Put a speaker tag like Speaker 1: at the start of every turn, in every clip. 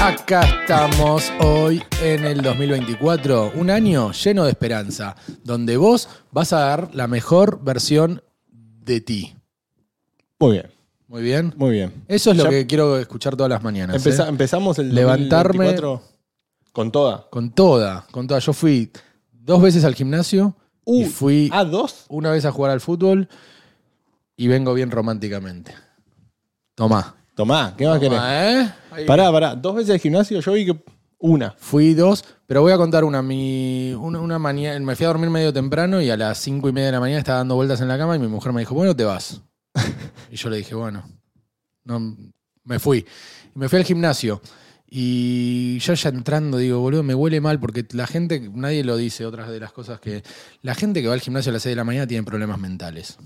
Speaker 1: Acá estamos hoy en el 2024, un año lleno de esperanza, donde vos vas a dar la mejor versión de ti.
Speaker 2: Muy bien,
Speaker 1: Muy bien.
Speaker 2: muy bien.
Speaker 1: Eso es lo
Speaker 2: Ya
Speaker 1: que quiero escuchar todas las mañanas. ¿eh?
Speaker 2: empeza- empezamos el
Speaker 1: Levantarme.
Speaker 2: 2024 con toda.
Speaker 1: Con toda, con toda. Yo fui dos veces al gimnasio y
Speaker 2: Uh,
Speaker 1: fui
Speaker 2: ¿A dos?
Speaker 1: una vez a jugar al fútbol y vengo bien románticamente. Tomá.
Speaker 2: Tomá, ¿qué más querés?
Speaker 1: Tomá, ¿eh? Ahí.
Speaker 2: Pará, pará. Dos veces al gimnasio, yo vi que una.
Speaker 1: Fui dos, pero voy a contar una. Mi, una, una mañana, me fui a dormir medio temprano y a las cinco y media de la mañana estaba dando vueltas en la cama y mi mujer me dijo, bueno, te vas. y yo le dije, bueno, no, me fui. Y me fui al gimnasio. Y yo ya entrando digo, boludo, me huele mal porque la gente, nadie lo dice, otras de las cosas que... La gente que va al gimnasio a las 6 de la mañana tiene problemas mentales.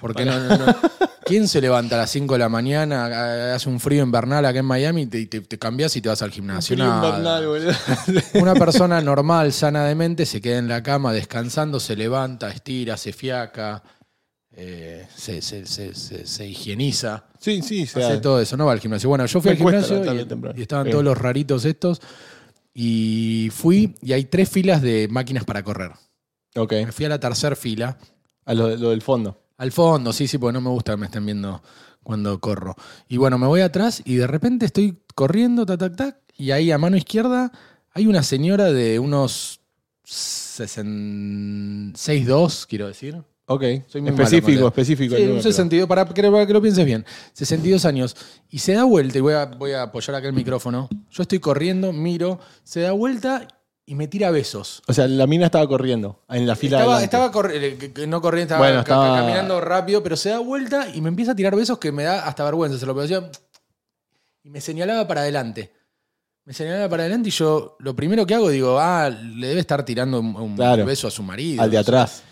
Speaker 1: Porque no, no- no- ¿Quién se levanta a las 5 de la mañana, a- hace un frío invernal acá en Miami, y te, te, te cambias y te vas al gimnasio?
Speaker 2: Frío
Speaker 1: Nada.
Speaker 2: invernal, boludo.
Speaker 1: Una persona normal, sana de mente, se queda en la cama descansando, se levanta, estira, se fiaca, eh, se, se- se- se- se higieniza,
Speaker 2: Sí, sí, se
Speaker 1: hace
Speaker 2: hace.
Speaker 1: todo eso, no va al gimnasio. Bueno, yo fui
Speaker 2: Me
Speaker 1: al
Speaker 2: cuesta
Speaker 1: gimnasio
Speaker 2: levantarme
Speaker 1: y-
Speaker 2: temprano.
Speaker 1: y, estaban
Speaker 2: Sí.
Speaker 1: todos los raritos estos y fui y hay tres filas de máquinas para correr.
Speaker 2: Ok,
Speaker 1: Me fui a la tercera fila.
Speaker 2: a lo, lo del fondo.
Speaker 1: Al fondo, sí, sí, porque no me gusta que me estén viendo cuando corro. Y bueno, me voy atrás y de repente estoy corriendo, tac, tac, tac, y ahí a mano izquierda hay una señora de unos 62, quiero decir.
Speaker 2: Ok,
Speaker 1: Soy muy malo
Speaker 2: específico,
Speaker 1: con
Speaker 2: específico. el
Speaker 1: Sí, un
Speaker 2: número,
Speaker 1: 62, para que, para que lo pienses bien. 62 años. Y se da vuelta, y voy a, voy a apoyar acá el micrófono. Yo estoy corriendo, miro, se da vuelta y me tira besos.
Speaker 2: pero- O sea, la mina estaba corriendo en la fila
Speaker 1: Estaba,
Speaker 2: adelante.
Speaker 1: estaba corri- eh, no corriendo, estaba,
Speaker 2: Bueno,
Speaker 1: ca-
Speaker 2: estaba-
Speaker 1: caminando rápido, pero se da vuelta y me empieza a tirar besos que me da hasta vergüenza. Se lo pero decía, Y me señalaba para adelante. Me señalaba para adelante y yo lo primero que hago digo, ah, le debe estar tirando un, un
Speaker 2: Claro.
Speaker 1: beso a su marido.
Speaker 2: Al de atrás.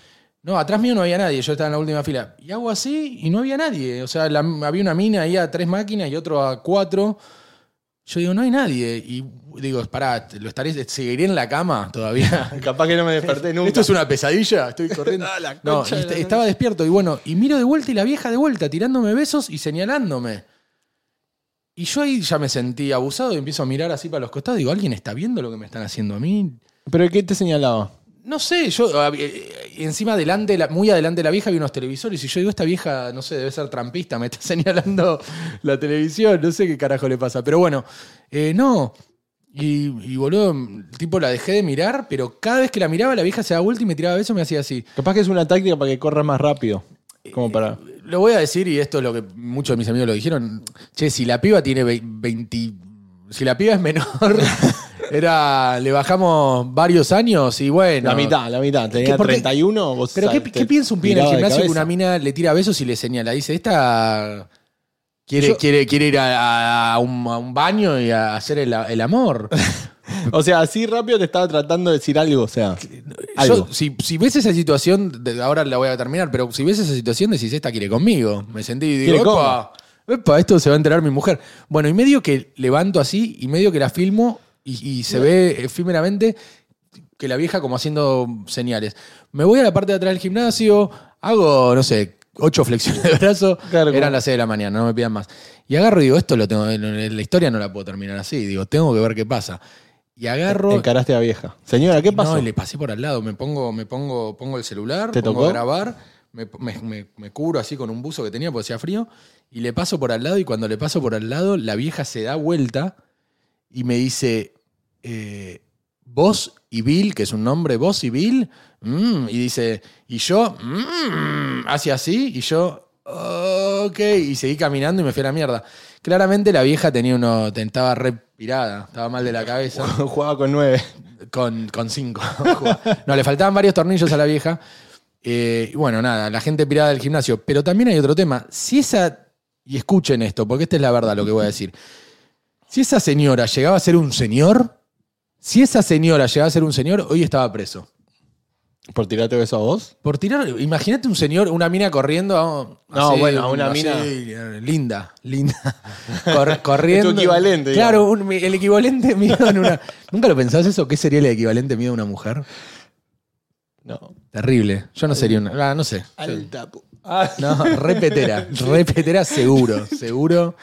Speaker 1: No, atrás mío no había nadie, yo estaba en la última fila. Y hago así y no había nadie. O sea, la- había una mina ahí a tres máquinas y otro a cuatro. Yo digo, no hay nadie. Y digo, pará, ¿lo estaré, ¿seguiré en la cama todavía?
Speaker 2: Capaz que no me desperté nunca.
Speaker 1: Esto es una pesadilla, estoy corriendo.
Speaker 2: Ah, la
Speaker 1: no,
Speaker 2: concha
Speaker 1: y
Speaker 2: de
Speaker 1: est-
Speaker 2: la-
Speaker 1: estaba despierto y bueno, y miro de vuelta y la vieja de vuelta tirándome besos y señalándome. Y yo ahí ya me sentí abusado y empiezo a mirar así para los costados. Digo, ¿alguien está viendo lo que me están haciendo a mí?
Speaker 2: ¿Pero qué te señalaba?
Speaker 1: No sé, yo ah, eh, eh, encima adelante, de la- muy adelante de la vieja había unos televisores y yo digo, esta vieja, no sé, debe ser trampista, me está señalando la televisión, no sé qué carajo le pasa. Pero bueno, eh, no. Y, y boludo, tipo la dejé de mirar, pero cada vez que la miraba la vieja se daba vuelta y me tiraba besos y me hacía así.
Speaker 2: Capaz que es una táctica para que corras más rápido.
Speaker 1: Eh,
Speaker 2: Como para.
Speaker 1: Lo voy a decir, y esto es lo que muchos de mis amigos lo dijeron. Che, si la piba tiene vei- 20. Si la piba es menor, era. Le bajamos varios años y bueno.
Speaker 2: La mitad, la mitad.
Speaker 1: ¿Qué-
Speaker 2: Tenía
Speaker 1: por qué-
Speaker 2: 31, vos
Speaker 1: Pero ¿qué,
Speaker 2: sal-
Speaker 1: qué
Speaker 2: te
Speaker 1: piensa un pibe en el
Speaker 2: tiraba de
Speaker 1: gimnasio que
Speaker 2: cabeza?
Speaker 1: una mina le tira besos y le señala? Dice, esta. Quiere,
Speaker 2: Yo-
Speaker 1: quiere, quiere ir a, a un, a un baño y a hacer el, el amor.
Speaker 2: O sea, así rápido te estaba tratando de decir algo, o sea. Algo.
Speaker 1: Yo, si, si ves esa situación, de- ahora la voy a terminar, pero si ves esa situación, decís, esta quiere conmigo. Me sentí y digo,
Speaker 2: Quiere
Speaker 1: epa, epa, esto se va a enterar mi mujer. Bueno, y medio que levanto así, y medio que la filmo, y, y se ve efímeramente que la vieja como haciendo señales. Me voy a la parte de atrás del gimnasio, hago, no sé, ocho flexiones de brazo,
Speaker 2: Claro,
Speaker 1: eran
Speaker 2: como-
Speaker 1: las seis de la mañana, no me pidan más. Y agarro y digo, esto lo tengo, la historia no la puedo terminar así, digo, tengo que ver qué pasa. Y agarro,
Speaker 2: Encaraste a la vieja. Señora, ¿qué
Speaker 1: y
Speaker 2: pasó?
Speaker 1: No, y le pasé por al lado. Me pongo, me pongo, pongo el celular,
Speaker 2: ¿Te
Speaker 1: pongo
Speaker 2: tocó?
Speaker 1: a grabar, me, me- me- me cubro así con un buzo que tenía porque hacía frío, y le paso por al lado, y cuando le paso por al lado, la vieja se da vuelta y me dice. eh, Vos y Bill, que es un nombre, vos y Bill, mm, y dice, y yo, mm, hace así, y yo, ok, y seguí caminando y me fui a la mierda. Claramente la vieja tenía uno, te- estaba repirada, estaba mal de la cabeza
Speaker 2: Jugaba con nueve.
Speaker 1: con, con cinco. no, le faltaban varios tornillos a la vieja. Eh, y bueno, nada, la gente pirada del gimnasio. Pero también hay otro tema. Si esa. Y escuchen esto, porque esta es la verdad lo que voy a decir. Si esa señora llegaba a ser un señor, si esa señora llegaba a ser un señor, hoy estaba preso.
Speaker 2: ¿Por tirarte beso a vos?
Speaker 1: Por tirar, imagínate un señor, una mina corriendo. ah,
Speaker 2: No, bueno, a una
Speaker 1: así,
Speaker 2: mina.
Speaker 1: eh, Linda, linda. Cor- corriendo.
Speaker 2: Tu equivalente, digamos.
Speaker 1: Claro, un- el equivalente mío en una. ¿Nunca lo pensás eso? ¿Qué sería el equivalente mío de una mujer?
Speaker 2: No.
Speaker 1: Terrible. Yo no sería una. ah, no sé.
Speaker 2: Alta. pu- Ah,
Speaker 1: No, repetera. Repetera seguro, seguro.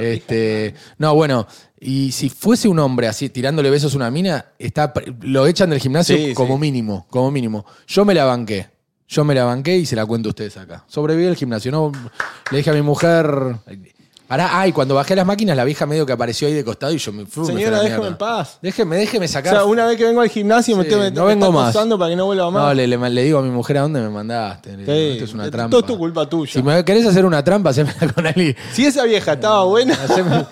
Speaker 1: Este, no, bueno, y si fuese un hombre así tirándole besos a una mina, está, pre- lo echan del gimnasio
Speaker 2: Sí,
Speaker 1: como
Speaker 2: sí.
Speaker 1: mínimo, como mínimo. Yo me la banqué. Yo me la banqué y se la cuento a ustedes acá. Sobreviví al gimnasio, no le dije a mi mujer, pará, ay, cuando bajé las máquinas la vieja medio que apareció ahí de costado y yo Uh, me fui.
Speaker 2: Señora, déjame en paz.
Speaker 1: Déjeme, déjeme
Speaker 2: O
Speaker 1: sacar.
Speaker 2: sea, una vez que vengo al gimnasio me
Speaker 1: Sí,
Speaker 2: tengo me,
Speaker 1: no
Speaker 2: me
Speaker 1: vengo
Speaker 2: está
Speaker 1: más.
Speaker 2: acosando para que no vuelva más.
Speaker 1: No, le, le- le digo a mi mujer a dónde me mandaste. Le digo,
Speaker 2: Sí,
Speaker 1: Esto es una
Speaker 2: eh,
Speaker 1: trampa.
Speaker 2: Todo es tu culpa tuya.
Speaker 1: Si me querés hacer una trampa, hacémela con alguien.
Speaker 2: Si esa vieja estaba buena,
Speaker 1: Haceme,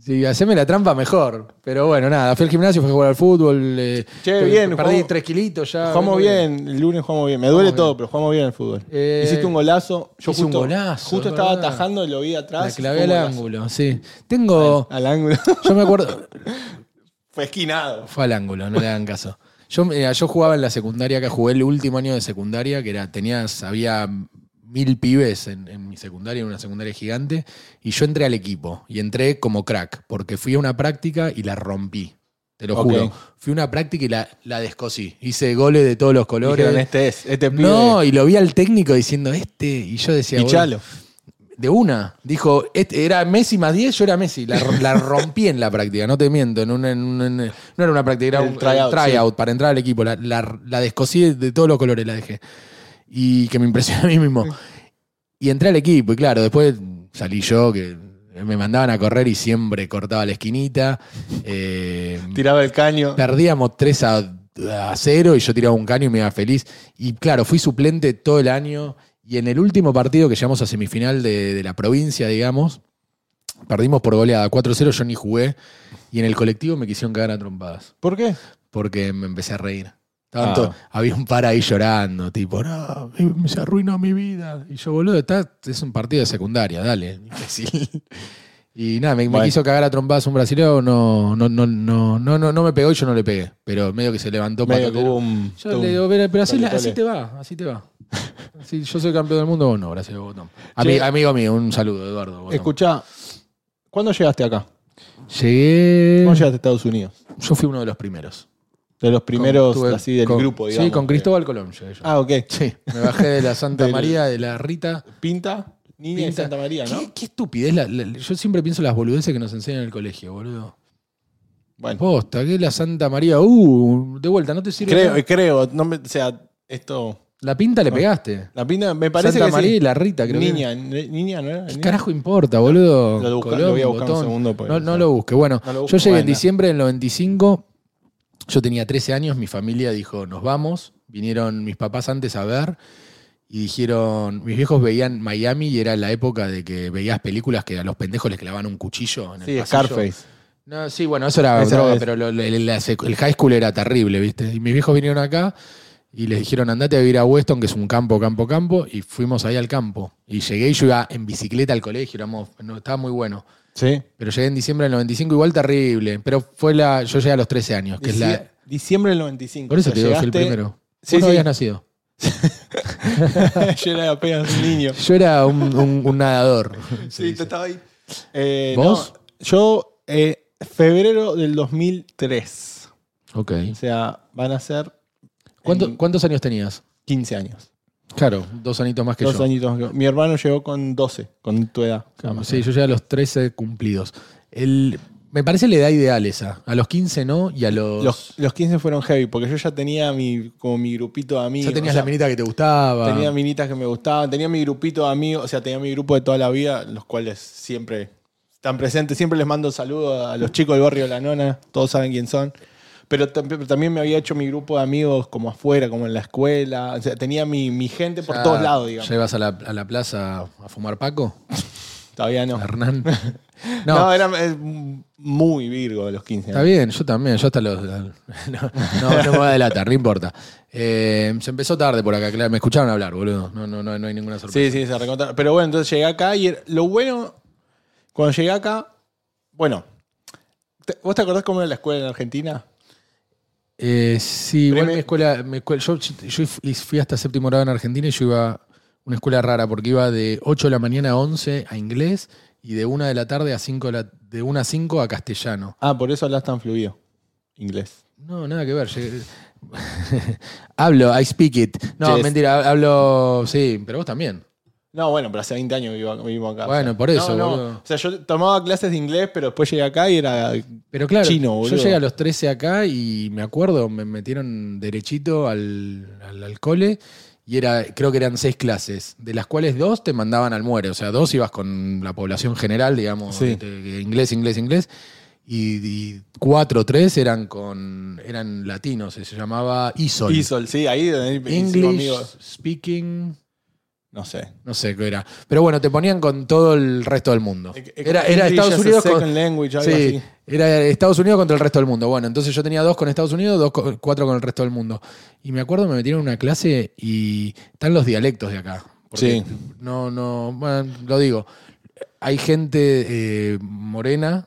Speaker 1: sí, haceme la trampa mejor. Pero bueno, nada, fui al gimnasio, fui a jugar al fútbol. eh,
Speaker 2: Che,
Speaker 1: per-
Speaker 2: bien,
Speaker 1: Perdí
Speaker 2: jugamos-
Speaker 1: tres kilitos ya. vengo
Speaker 2: jugamos bien. El lunes jugamos bien. Me duele
Speaker 1: Ah, Jugamos
Speaker 2: todo,
Speaker 1: bien.
Speaker 2: pero jugamos bien el fútbol.
Speaker 1: Eh,
Speaker 2: Hiciste un golazo. Yo
Speaker 1: hice un
Speaker 2: justo,
Speaker 1: golazo,
Speaker 2: justo
Speaker 1: es
Speaker 2: estaba
Speaker 1: verdad.
Speaker 2: atajando y lo vi atrás.
Speaker 1: La
Speaker 2: y
Speaker 1: clavé
Speaker 2: fue un
Speaker 1: al
Speaker 2: golazo.
Speaker 1: ángulo, sí. Tengo.
Speaker 2: Al ángulo.
Speaker 1: Yo me acuerdo.
Speaker 2: Fue esquinado.
Speaker 1: Fue al ángulo, no le hagan caso. Yo, mira, yo jugaba en la secundaria, que jugué el último año de secundaria, que era, tenías, había mil pibes en, en mi secundaria, en una secundaria gigante, y yo entré al equipo, y entré como crack, porque fui a una práctica y la rompí, te lo
Speaker 2: Ok.
Speaker 1: juro. Fui a una práctica y la, la descosí, hice goles de todos los colores.
Speaker 2: Dijeron, este es, este pibe.
Speaker 1: no, y lo vi al técnico diciendo este, y yo decía,
Speaker 2: y
Speaker 1: "Bueno,
Speaker 2: Chalo.
Speaker 1: de una. Dijo, este, era Messi más 10, yo era Messi. La, la rompí en la práctica, no te miento. En una- en una- en- no era una práctica, era
Speaker 2: El
Speaker 1: un
Speaker 2: tryout,
Speaker 1: tryout, para entrar al equipo. La, la- la descosí de, de todos los colores, la dejé. Y que me impresionó a mí mismo. Y entré al equipo, y claro, después salí yo, que me mandaban a correr y siempre cortaba la esquinita. Eh,
Speaker 2: Tiraba el caño.
Speaker 1: Perdíamos 3 a, 0 y yo tiraba un caño y me iba feliz. Y claro, fui suplente todo el año. Y en el último partido que llegamos a semifinal de, de la provincia, digamos, perdimos por goleada 4-0, yo ni jugué. Y en el colectivo me quisieron cagar a trompadas
Speaker 2: ¿Por qué?
Speaker 1: porque me empecé a reír.
Speaker 2: Ah.
Speaker 1: Tanto, había un par ahí llorando, tipo, no, me- se arruinó mi vida. Y yo, boludo, está, es un partido de secundaria, dale, imbécil. Y nada, me, me
Speaker 2: Bueno.
Speaker 1: quiso cagar a trompadas un brasileño, no, no, no, no, no, no, no me pegó y yo no le pegué. Pero medio que se levantó
Speaker 2: Medio que
Speaker 1: patatero.
Speaker 2: hubo un-
Speaker 1: Yo
Speaker 2: tuvo un-
Speaker 1: le digo, pero, pero así,
Speaker 2: tole,
Speaker 1: la- así
Speaker 2: tole.
Speaker 1: te va, así te va. Así, yo soy campeón del mundo, vos no, Brasil, vos no.
Speaker 2: Che.
Speaker 1: Ami- amigo mío, un saludo, Eduardo. vos no.
Speaker 2: Escuchá, ¿cuándo llegaste acá?
Speaker 1: Llegué.
Speaker 2: ¿Cuándo llegaste a Estados Unidos?
Speaker 1: Yo fui uno de los primeros.
Speaker 2: De los primeros
Speaker 1: Con- tuve-
Speaker 2: así del
Speaker 1: con-
Speaker 2: grupo, digamos.
Speaker 1: Sí, con Cristóbal Colón llegué yo.
Speaker 2: Ah, ok.
Speaker 1: Sí, me bajé de la Santa
Speaker 2: Del-
Speaker 1: María, de la Rita.
Speaker 2: Pinta, Niña y
Speaker 1: Pinta.
Speaker 2: Santa María, ¿no?
Speaker 1: ¿Qué, qué estupidez. la- la- yo siempre pienso las boludeces que nos enseñan en el colegio, boludo.
Speaker 2: Bueno,
Speaker 1: Posta, que la Santa María. Uh, de vuelta, no te sirve.
Speaker 2: creo,
Speaker 1: nada.
Speaker 2: creo. No me- o sea, esto.
Speaker 1: La pinta le pegaste.
Speaker 2: La pinta, me parece
Speaker 1: Santa
Speaker 2: que
Speaker 1: María
Speaker 2: sí.
Speaker 1: y la Rita, creo. que-
Speaker 2: Niña, ni- niña, ¿no era?
Speaker 1: ¿Qué
Speaker 2: Niña.
Speaker 1: carajo importa, boludo?
Speaker 2: Lo busca-
Speaker 1: Colón,
Speaker 2: lo voy a buscar un
Speaker 1: Botón.
Speaker 2: segundo, pues,
Speaker 1: No,
Speaker 2: o
Speaker 1: no
Speaker 2: sea.
Speaker 1: lo busque. Bueno,
Speaker 2: No lo busco,
Speaker 1: yo llegué en
Speaker 2: bueno.
Speaker 1: diciembre del 95. Yo tenía 13 años. Mi familia dijo, nos vamos. Vinieron mis papás antes a ver. Y dijeron, mis viejos veían Miami y era la época de que veías películas que a los pendejos les clavaban un cuchillo en el
Speaker 2: Sí,
Speaker 1: pasillo.
Speaker 2: Scarface.
Speaker 1: No, sí, bueno, eso era
Speaker 2: Esa
Speaker 1: droga,
Speaker 2: es.
Speaker 1: pero lo- lo- el, la secu- el high school era terrible, ¿viste? Y mis viejos vinieron acá y les dijeron, andate a vivir a Weston, que es un campo, campo, campo, y fuimos ahí al campo. Y llegué y yo iba en bicicleta al colegio, éramos- no, estaba muy bueno.
Speaker 2: Sí.
Speaker 1: Pero llegué en diciembre del 95, igual terrible, pero fue la, yo llegué a los 13 años, que es
Speaker 2: Dicie-
Speaker 1: la...
Speaker 2: Diciembre del 95.
Speaker 1: Por eso
Speaker 2: O
Speaker 1: te
Speaker 2: sea,
Speaker 1: digo, fui el
Speaker 2: llegaste-
Speaker 1: primero.
Speaker 2: Sí,
Speaker 1: Vos no
Speaker 2: sí.
Speaker 1: habías nacido.
Speaker 2: Yo era apenas un niño.
Speaker 1: Yo era un, un- un nadador. se
Speaker 2: Sí,
Speaker 1: dice.
Speaker 2: te estaba ahí. Eh,
Speaker 1: ¿Vos?
Speaker 2: no, yo, eh, febrero del 2003.
Speaker 1: Ok.
Speaker 2: O sea, van a ser
Speaker 1: ¿Cuánto-
Speaker 2: en
Speaker 1: ¿Cuántos años tenías?
Speaker 2: 15 años.
Speaker 1: Claro, dos añitos más que
Speaker 2: Dos
Speaker 1: yo.
Speaker 2: añitos más que- Mi hermano llegó con 12, con tu edad.
Speaker 1: Claro, sí, yo llegué a los 13 cumplidos. El, me parece la edad ideal esa. A los 15 no y a los...
Speaker 2: Los, los 15 fueron heavy, porque yo ya tenía mi, como mi grupito de amigos.
Speaker 1: ya tenías
Speaker 2: o sea,
Speaker 1: la minita que te gustaba.
Speaker 2: Tenía minitas que me gustaban, tenía mi grupito de amigos, o sea, tenía mi grupo de toda la vida, los cuales siempre están presentes. Siempre les mando saludos a los chicos del barrio de La Nona, todos saben quién son. Pero tam- pero también me había hecho mi grupo de amigos como afuera, como en la escuela. O sea, tenía mi, mi gente por
Speaker 1: Ya
Speaker 2: todos lados, digamos.
Speaker 1: ¿Llevas a la, a la plaza a fumar Paco?
Speaker 2: Todavía no.
Speaker 1: a Hernán.
Speaker 2: No, eh.
Speaker 1: No,
Speaker 2: era eh, muy virgo de los 15
Speaker 1: está
Speaker 2: años.
Speaker 1: bien, yo también. Yo hasta los... No, no, no me voy a delatar, no importa. Eh, se empezó tarde por acá, claro. Me escucharon hablar, boludo. No, no, no, no hay ninguna sorpresa.
Speaker 2: Sí, sí, se recontra. Pero bueno, entonces llegué acá y era- lo bueno, cuando llegué acá, bueno, te- ¿vos te acordás cómo era la escuela en Argentina?
Speaker 1: Eh, sí, igual
Speaker 2: Primer-
Speaker 1: mi escuela, mi escuela- yo, yo fui- fui hasta séptimo grado en Argentina y yo iba a una escuela rara porque iba de 8 de la mañana a 11 a inglés y de 1 de la tarde a 5 de, la- de 1 a 5 a castellano.
Speaker 2: Ah, por eso hablas tan fluido. Inglés.
Speaker 1: No, nada que ver. llegué- hablo, I speak it. No,
Speaker 2: Yes.
Speaker 1: mentira, hablo, sí, pero vos también.
Speaker 2: No, bueno, pero hace 20 años que vivo, vivo acá.
Speaker 1: Bueno, por eso,
Speaker 2: no, no.
Speaker 1: boludo.
Speaker 2: O sea, yo tomaba clases de inglés, pero después llegué acá y era.
Speaker 1: Pero claro,
Speaker 2: Chino,
Speaker 1: yo
Speaker 2: boludo.
Speaker 1: llegué a los 13 acá y me acuerdo, me metieron derechito al, al, al cole y era, creo que eran seis clases, de las cuales dos te mandaban al muere, o sea, dos ibas con la población general, digamos,
Speaker 2: Sí.
Speaker 1: este, inglés, inglés, inglés, y, y cuatro o tres eran con eran latinos, se llamaba ISOL.
Speaker 2: ISOL, sí, ahí donde hicimos
Speaker 1: English
Speaker 2: amigos.
Speaker 1: Speaking,
Speaker 2: No sé.
Speaker 1: no sé qué era. Pero bueno, te ponían con todo el resto del mundo. Era, era
Speaker 2: E-, English
Speaker 1: Estados
Speaker 2: as a
Speaker 1: Unidos con,
Speaker 2: second language, algo
Speaker 1: Sí,
Speaker 2: así.
Speaker 1: era Estados Unidos contra el resto del mundo. Bueno, entonces yo tenía dos con Estados Unidos, dos co- cuatro con el resto del mundo. Y me acuerdo me metieron en una clase y están los dialectos de acá. Porque
Speaker 2: Sí.
Speaker 1: No, no, bueno, lo digo. Hay gente eh, morena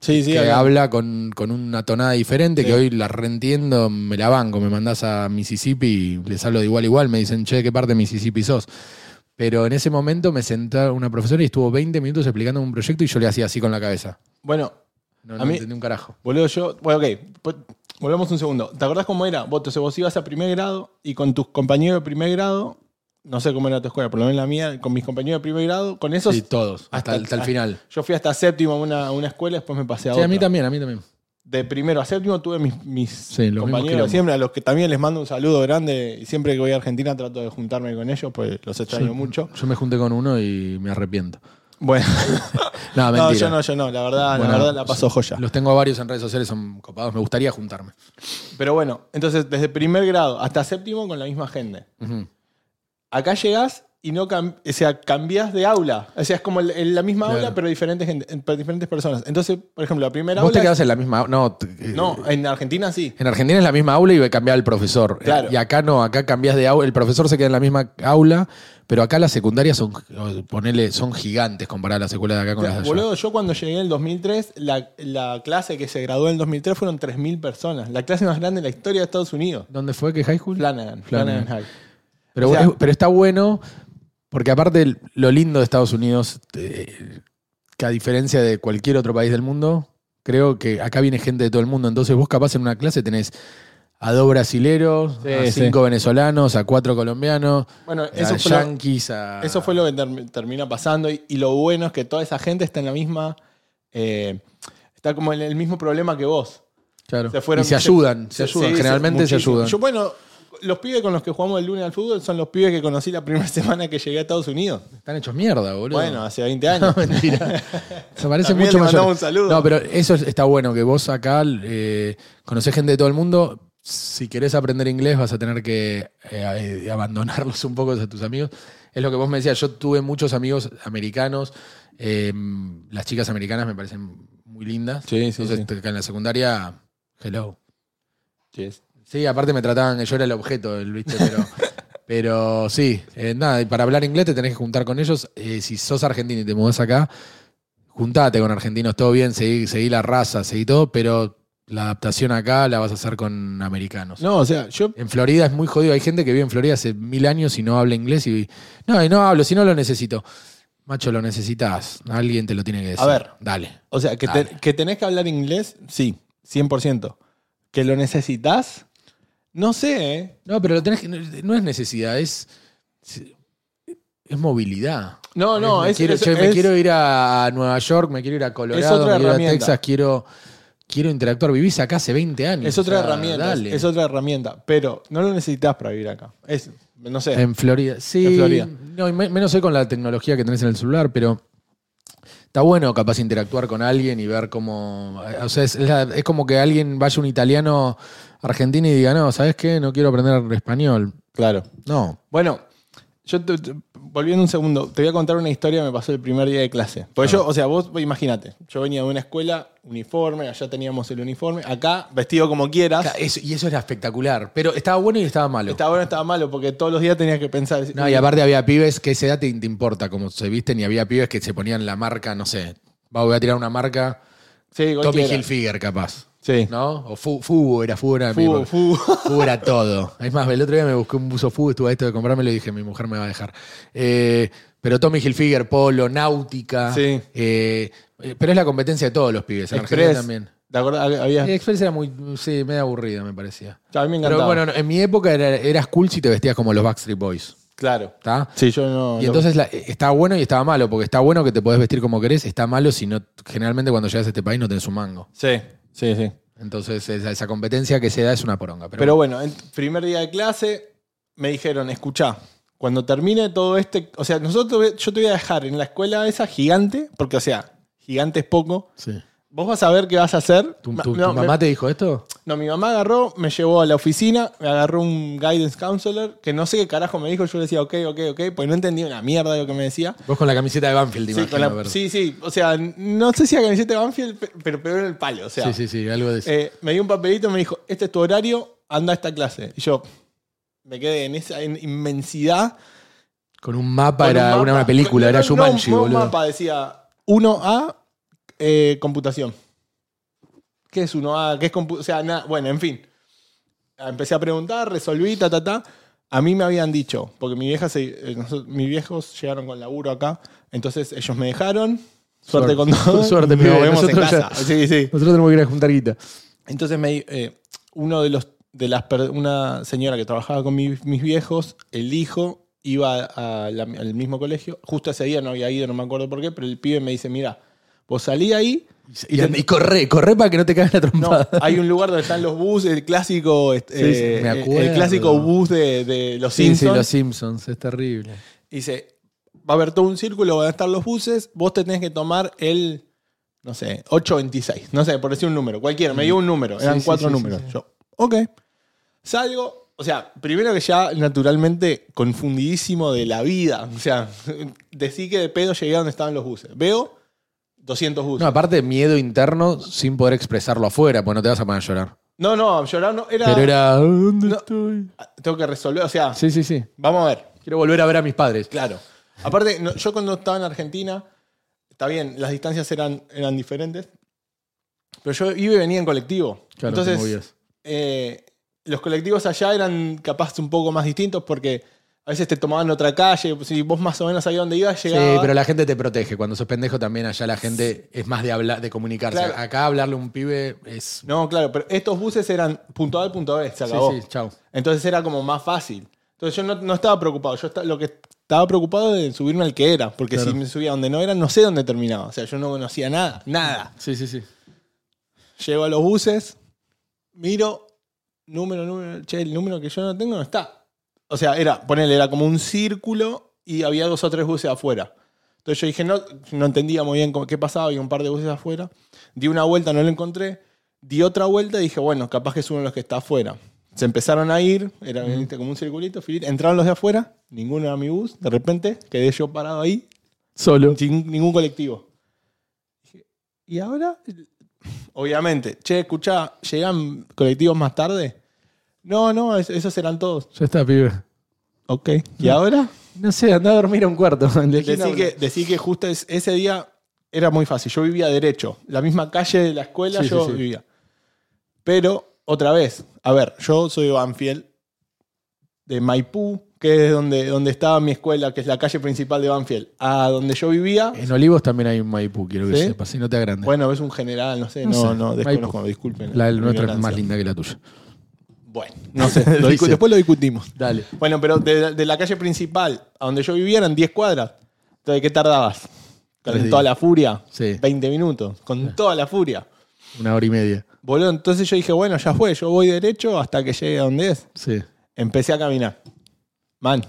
Speaker 2: Sí, sí,
Speaker 1: que
Speaker 2: habla-
Speaker 1: habla con, con una tonada diferente,
Speaker 2: Sí.
Speaker 1: que hoy la reentiendo, me la banco, me mandás a Mississippi y les hablo de igual a igual, me dicen, che, ¿qué parte de Mississippi sos? Pero en ese momento me sentó una profesora y estuvo 20 minutos explicando un proyecto y yo le hacía así con la cabeza.
Speaker 2: Bueno,
Speaker 1: No,
Speaker 2: A
Speaker 1: no
Speaker 2: mí-
Speaker 1: entendí un carajo.
Speaker 2: Boludo, yo. Bueno, ok. po- Volvamos un segundo. ¿Te acordás cómo era? Vos, o sea, vos ibas a primer grado y con tus compañeros de primer grado, no sé cómo era tu escuela, por lo menos la mía, con mis compañeros de primer grado, con esos.
Speaker 1: Sí, todos, hasta, hasta el final.
Speaker 2: Yo fui hasta séptimo a una, a una escuela, después me pasé a
Speaker 1: Sí,
Speaker 2: otra.
Speaker 1: a mí también, a mí también.
Speaker 2: De primero a séptimo tuve mis, mis
Speaker 1: los mismos
Speaker 2: compañeros
Speaker 1: quilombos.
Speaker 2: siempre, a los que también les mando un saludo grande. Y siempre que voy a Argentina trato de juntarme con ellos, pues los extraño
Speaker 1: Sí.
Speaker 2: mucho.
Speaker 1: Yo me junté con uno y me arrepiento.
Speaker 2: Bueno,
Speaker 1: No, Ah, mentira.
Speaker 2: no, yo no, yo no. La verdad,
Speaker 1: Bueno,
Speaker 2: la verdad la paso joya.
Speaker 1: Los tengo a varios en redes sociales, son copados. Me gustaría juntarme.
Speaker 2: Pero bueno, entonces desde primer grado hasta séptimo con la misma gente.
Speaker 1: Ujú.
Speaker 2: Acá llegás y no cam- o sea, cambias de aula. O sea, es como el- el- la misma
Speaker 1: Claro.
Speaker 2: aula, pero diferentes, gente- en- pero diferentes personas. Entonces, por ejemplo, la primera
Speaker 1: Vos te
Speaker 2: aula.
Speaker 1: quedás en la misma. No, t- eh,
Speaker 2: No, en Argentina sí.
Speaker 1: En Argentina es la misma aula y va a cambiar el profesor.
Speaker 2: Claro.
Speaker 1: Eh, Y acá no, acá cambias de aula. El profesor se queda en la misma aula, pero acá las secundarias son, eh, ponele, son gigantes comparadas a las escuelas de acá con
Speaker 2: O sea,
Speaker 1: las de allá.
Speaker 2: boludo, yo cuando llegué en el 2003, la, la clase que se graduó en el 2003 fueron 3.000 personas. La clase más grande en la historia de Estados Unidos.
Speaker 1: ¿Dónde fue que high school?
Speaker 2: Flanagan.
Speaker 1: Flanagan.
Speaker 2: Flanagan High.
Speaker 1: Pero,
Speaker 2: O sea-
Speaker 1: es- pero está bueno, porque aparte el- lo lindo de Estados Unidos, eh, que a diferencia de cualquier otro país del mundo, creo que acá viene gente de todo el mundo. Entonces vos capaz en una clase tenés a dos brasileros,
Speaker 2: Sí,
Speaker 1: a
Speaker 2: sí.
Speaker 1: cinco venezolanos, a cuatro colombianos,
Speaker 2: Bueno,
Speaker 1: a
Speaker 2: eso fue, lo,
Speaker 1: yanquis, a...
Speaker 2: eso fue lo que term- termina pasando. Y, y lo bueno es que toda esa gente está en la misma. eh, está como en el mismo problema que vos.
Speaker 1: Claro.
Speaker 2: Se fueron-
Speaker 1: y se ayudan, se,
Speaker 2: Sí,
Speaker 1: ayudan,
Speaker 2: sí,
Speaker 1: generalmente se
Speaker 2: muchísimo.
Speaker 1: ayudan.
Speaker 2: Yo, bueno, los pibes con los que jugamos el lunes al fútbol son los pibes que conocí la primera semana que llegué a Estados Unidos.
Speaker 1: Están hechos mierda, boludo.
Speaker 2: Bueno, hace 20 años.
Speaker 1: mentira. Se parece
Speaker 2: También
Speaker 1: mucho
Speaker 2: le
Speaker 1: más.
Speaker 2: mandamos un saludo.
Speaker 1: No, pero eso es- está bueno, que vos acá eh, conocés gente de todo el mundo. Si querés aprender inglés, vas a tener que eh, eh, abandonarlos un poco a tus amigos. Es lo que vos me decías. Yo tuve muchos amigos americanos. eh, las chicas americanas me parecen muy lindas.
Speaker 2: Sí, sí,
Speaker 1: Entonces,
Speaker 2: sí.
Speaker 1: te- acá en la secundaria, hello.
Speaker 2: Yes.
Speaker 1: Sí, aparte me trataban que yo era el objeto, el viste, pero. pero sí, eh, nada, y para hablar inglés te tenés que juntar con ellos. Eh, si sos argentino y te mudás acá, juntate con argentinos, todo bien, seguí, seguí la raza, seguí todo, pero la adaptación acá la vas a hacer con americanos.
Speaker 2: No, o sea, yo.
Speaker 1: En Florida es muy jodido, hay gente que vive en Florida hace mil años y no habla inglés y. No, y no hablo, si no lo necesito. Macho, lo necesitas. Alguien te lo tiene que decir.
Speaker 2: ver.
Speaker 1: Dale.
Speaker 2: O sea, que, te-
Speaker 1: Dale.
Speaker 2: que tenés que hablar inglés, sí, 100%. Que lo necesitas, no sé, ¿eh?
Speaker 1: No, pero lo tenés que- no, no es necesidad, es. Es movilidad.
Speaker 2: No, no,
Speaker 1: me
Speaker 2: es,
Speaker 1: quiero,
Speaker 2: es-
Speaker 1: che, me
Speaker 2: es-
Speaker 1: quiero ir a Nueva York, me quiero ir a Colorado,
Speaker 2: otra
Speaker 1: me quiero ir a
Speaker 2: herramienta.
Speaker 1: Texas, quiero, quiero interactuar. Vivís acá hace 20 años.
Speaker 2: es otra
Speaker 1: o sea,
Speaker 2: herramienta.
Speaker 1: dale.
Speaker 2: Es, es otra herramienta. Pero no lo necesitas para vivir acá. Es, no sé.
Speaker 1: En Florida. Sí.
Speaker 2: En Florida.
Speaker 1: No, y me- menos hoy con la tecnología que tenés en el celular, pero está bueno capaz interactuar con alguien y ver cómo. O sea, es, es la- es como que alguien vaya un italiano argentino y diga, no, ¿sabes qué? No quiero aprender español.
Speaker 2: claro.
Speaker 1: No.
Speaker 2: Bueno, yo te- te- volviendo un segundo, te voy a contar una historia que me pasó el primer día de clase. Porque yo, o sea, vos imagínate, yo venía de una escuela, uniforme, allá teníamos el uniforme, acá vestido como quieras.
Speaker 1: Eso- y eso era espectacular. Pero estaba bueno y estaba malo.
Speaker 2: Estaba bueno, estaba malo, porque todos los días tenías que pensar. decir,
Speaker 1: No, y aparte había pibes que esa edad te, te importa como se visten y había pibes que se ponían la marca, no sé, va, voy a tirar una marca
Speaker 2: sí,
Speaker 1: Tommy
Speaker 2: cualquiera.
Speaker 1: Hilfiger capaz,
Speaker 2: Sí.
Speaker 1: ¿no? O Fu, Fubu, era Fubu, era, mi-
Speaker 2: Fu- fu-
Speaker 1: Fubu era todo. Es más, el otro día me busqué un buzo Fubu, estuve a esto de comprármelo y dije, mi mujer me va a dejar. Eh, pero Tommy Hilfiger, Polo, Náutica.
Speaker 2: Sí.
Speaker 1: eh, eh, pero es la competencia de todos los pibes, en Argentina
Speaker 2: Express.
Speaker 1: también.
Speaker 2: ¿Te acordás? Había-
Speaker 1: Eh, Express era muy, sí, medio aburrida me parecía.
Speaker 2: a mí me encantaba.
Speaker 1: Pero bueno, en mi época era- eras cool si te vestías como los Backstreet Boys.
Speaker 2: Claro.
Speaker 1: ¿Está?
Speaker 2: Sí, yo no.
Speaker 1: Y
Speaker 2: lo-
Speaker 1: entonces la- eh, está bueno y estaba malo, porque está bueno que te podés vestir como querés, está malo si no, generalmente cuando llegas a este país no tenés un mango.
Speaker 2: Sí, sí, sí.
Speaker 1: Entonces esa, esa competencia que se da es una poronga. Pero,
Speaker 2: Pero bueno, en primer día de clase me dijeron, escuchá, cuando termine todo este, o sea, nosotros yo te voy a dejar en la escuela esa gigante, porque o sea, gigante es poco.
Speaker 1: Sí.
Speaker 2: Vos vas a ver qué vas a hacer.
Speaker 1: ¿Tu,
Speaker 2: Ma-
Speaker 1: tu- tu
Speaker 2: no,
Speaker 1: mamá
Speaker 2: me-
Speaker 1: te dijo esto?
Speaker 2: no, mi mamá agarró, me llevó a la oficina, me agarró un guidance counselor, que no sé qué carajo me dijo, yo le decía, ok, ok, ok, pues no entendía una mierda de lo que me decía.
Speaker 1: Vos con la camiseta de Banfield,
Speaker 2: Sí,
Speaker 1: imagino,
Speaker 2: con la-
Speaker 1: a ver.
Speaker 2: sí, sí, o sea, no sé si la camiseta de Banfield, pe- pero peor en el palo, o sea.
Speaker 1: sí, sí, sí, algo de eso.
Speaker 2: Eh, me dio un papelito y me dijo, este es tu horario, anda a esta clase. Y yo me quedé en esa en- inmensidad.
Speaker 1: con un mapa
Speaker 2: con un
Speaker 1: era
Speaker 2: mapa.
Speaker 1: una, una película,
Speaker 2: No,
Speaker 1: era
Speaker 2: no,
Speaker 1: Jumanji,
Speaker 2: no,
Speaker 1: boludo.
Speaker 2: Un mapa decía 1A eh, computación. ¿Qué es 1A? ¿Qué es computación? O sea, nada, bueno, en fin. Empecé a preguntar, resolví, ta, ta, ta. A mí me habían dicho, porque mi vieja se- eh, nosotros- mis viejos llegaron con laburo acá, entonces ellos me dejaron. Suerte,
Speaker 1: Suerte.
Speaker 2: con todo.
Speaker 1: Suerte,
Speaker 2: nos
Speaker 1: pibe,
Speaker 2: vemos en
Speaker 1: nosotros ya-
Speaker 2: casa. Sí, sí.
Speaker 1: Nosotros tenemos que ir a juntar guita.
Speaker 2: Entonces me di- eh, uno de los de las per- una señora que trabajaba con mi- mis viejos, el hijo iba a- a la- al mismo colegio. Justo ese día no había ido, no me acuerdo por qué, pero el pibe me dice, mira, vos salí ahí,
Speaker 1: Y, y- y corre, corre para que no te caigan la
Speaker 2: no,
Speaker 1: trompada.
Speaker 2: hay un lugar donde están los bus, el clásico, este,
Speaker 1: Sí, sí, me
Speaker 2: eh, el
Speaker 1: acuerdo.
Speaker 2: clásico bus de, de los
Speaker 1: sí, sí,
Speaker 2: Simpsons.
Speaker 1: los Simpsons, es terrible.
Speaker 2: Y Dice, va a haber todo un círculo, van a estar los buses, vos te tenés que tomar el, no sé, 826, no sé, por decir un número, cualquiera, me dio un número,
Speaker 1: Sí,
Speaker 2: eran
Speaker 1: sí,
Speaker 2: cuatro
Speaker 1: sí, sí,
Speaker 2: números.
Speaker 1: sí.
Speaker 2: Yo, ok, salgo, o sea, primero que ya naturalmente confundidísimo de la vida, o sea, decí que de pedo llegué a donde estaban los buses, veo 200 buses.
Speaker 1: No, aparte miedo interno sin poder expresarlo afuera, pues no te vas a poner a llorar.
Speaker 2: No, no, llorar no, era,
Speaker 1: Pero era, ¿dónde
Speaker 2: No.
Speaker 1: estoy?
Speaker 2: tengo que resolver, o sea,
Speaker 1: Sí, sí, sí.
Speaker 2: vamos a ver.
Speaker 1: Quiero volver a ver a mis padres.
Speaker 2: Claro. Aparte, no- yo cuando estaba en Argentina, está bien, las distancias eran, eran diferentes, pero yo iba y venía en colectivo.
Speaker 1: Claro, te
Speaker 2: Entonces,
Speaker 1: movías.
Speaker 2: eh, los colectivos allá eran capaz un poco más distintos porque a veces te tomaban otra calle, pues, si vos más o menos sabías dónde ibas,
Speaker 1: Sí,
Speaker 2: llegabas.
Speaker 1: pero la gente te protege. Cuando sos pendejo también allá la gente es más de hablar, de comunicarse.
Speaker 2: Claro.
Speaker 1: Acá hablarle a un pibe es...
Speaker 2: No, claro, pero estos buses eran punto A al punto B, se
Speaker 1: Sí,
Speaker 2: acabó.
Speaker 1: sí, chao.
Speaker 2: Entonces era como más fácil. Entonces yo no, no estaba preocupado. Yo esta- lo que estaba preocupado de subirme al que era. Porque
Speaker 1: Claro.
Speaker 2: si me subía donde no era, no sé dónde terminaba. O sea, yo no conocía nada. Nada.
Speaker 1: Sí, sí, sí.
Speaker 2: Llego a los buses, miro, número, número, che, el número que yo no tengo no está. O sea, era, ponele, era como un círculo y había dos o tres buses afuera. Entonces yo dije, no, no entendía muy bien cómo- qué pasaba, había un par de buses afuera. Di una vuelta, no lo encontré. Di otra vuelta y dije, bueno, capaz que es uno de los que está afuera. Se empezaron a ir, era viste, como un circulito, filit- entraron los de afuera, ninguno era mi bus, de repente quedé yo parado ahí,
Speaker 1: Solo.
Speaker 2: sin ningún colectivo. Dije, Y ahora, obviamente, che, escuchá, ¿llegan colectivos más tarde? No, no, es- esos eran todos.
Speaker 1: Ya está, pibe.
Speaker 2: Ok. ¿Y ahora?
Speaker 1: No sé, andá a dormir a un cuarto.
Speaker 2: Decí que, decí que justo es- ese día era muy fácil. Yo vivía derecho. La misma calle de la escuela
Speaker 1: Sí, sí,
Speaker 2: yo
Speaker 1: sí.
Speaker 2: vivía. Pero, otra vez, a ver, yo soy de Banfield, de Maipú, que es donde, donde estaba mi escuela, que es la calle principal de Banfield, a donde yo vivía.
Speaker 1: En Olivos también hay un Maipú, quiero que
Speaker 2: ¿Sí?
Speaker 1: sepas. Si no te agrandes.
Speaker 2: Bueno, es un general, no sé,
Speaker 1: No
Speaker 2: no,
Speaker 1: sé, pues,
Speaker 2: no, desconozco, disculpen.
Speaker 1: la nuestra es
Speaker 2: ignorancia.
Speaker 1: más linda que la tuya.
Speaker 2: Bueno, no sé, lo
Speaker 1: Dice.
Speaker 2: discu- después lo discutimos.
Speaker 1: Dale.
Speaker 2: Bueno, pero de, de la calle principal a donde yo vivía eran 10 cuadras. Entonces, ¿qué tardabas? Con
Speaker 1: Tres
Speaker 2: toda
Speaker 1: días.
Speaker 2: la furia.
Speaker 1: Sí.
Speaker 2: 20 minutos, con toda la furia.
Speaker 1: Una hora y media.
Speaker 2: Boludo, entonces yo dije, bueno, ya fue, yo voy derecho hasta que llegue a donde es.
Speaker 1: Sí.
Speaker 2: Empecé a caminar. Man,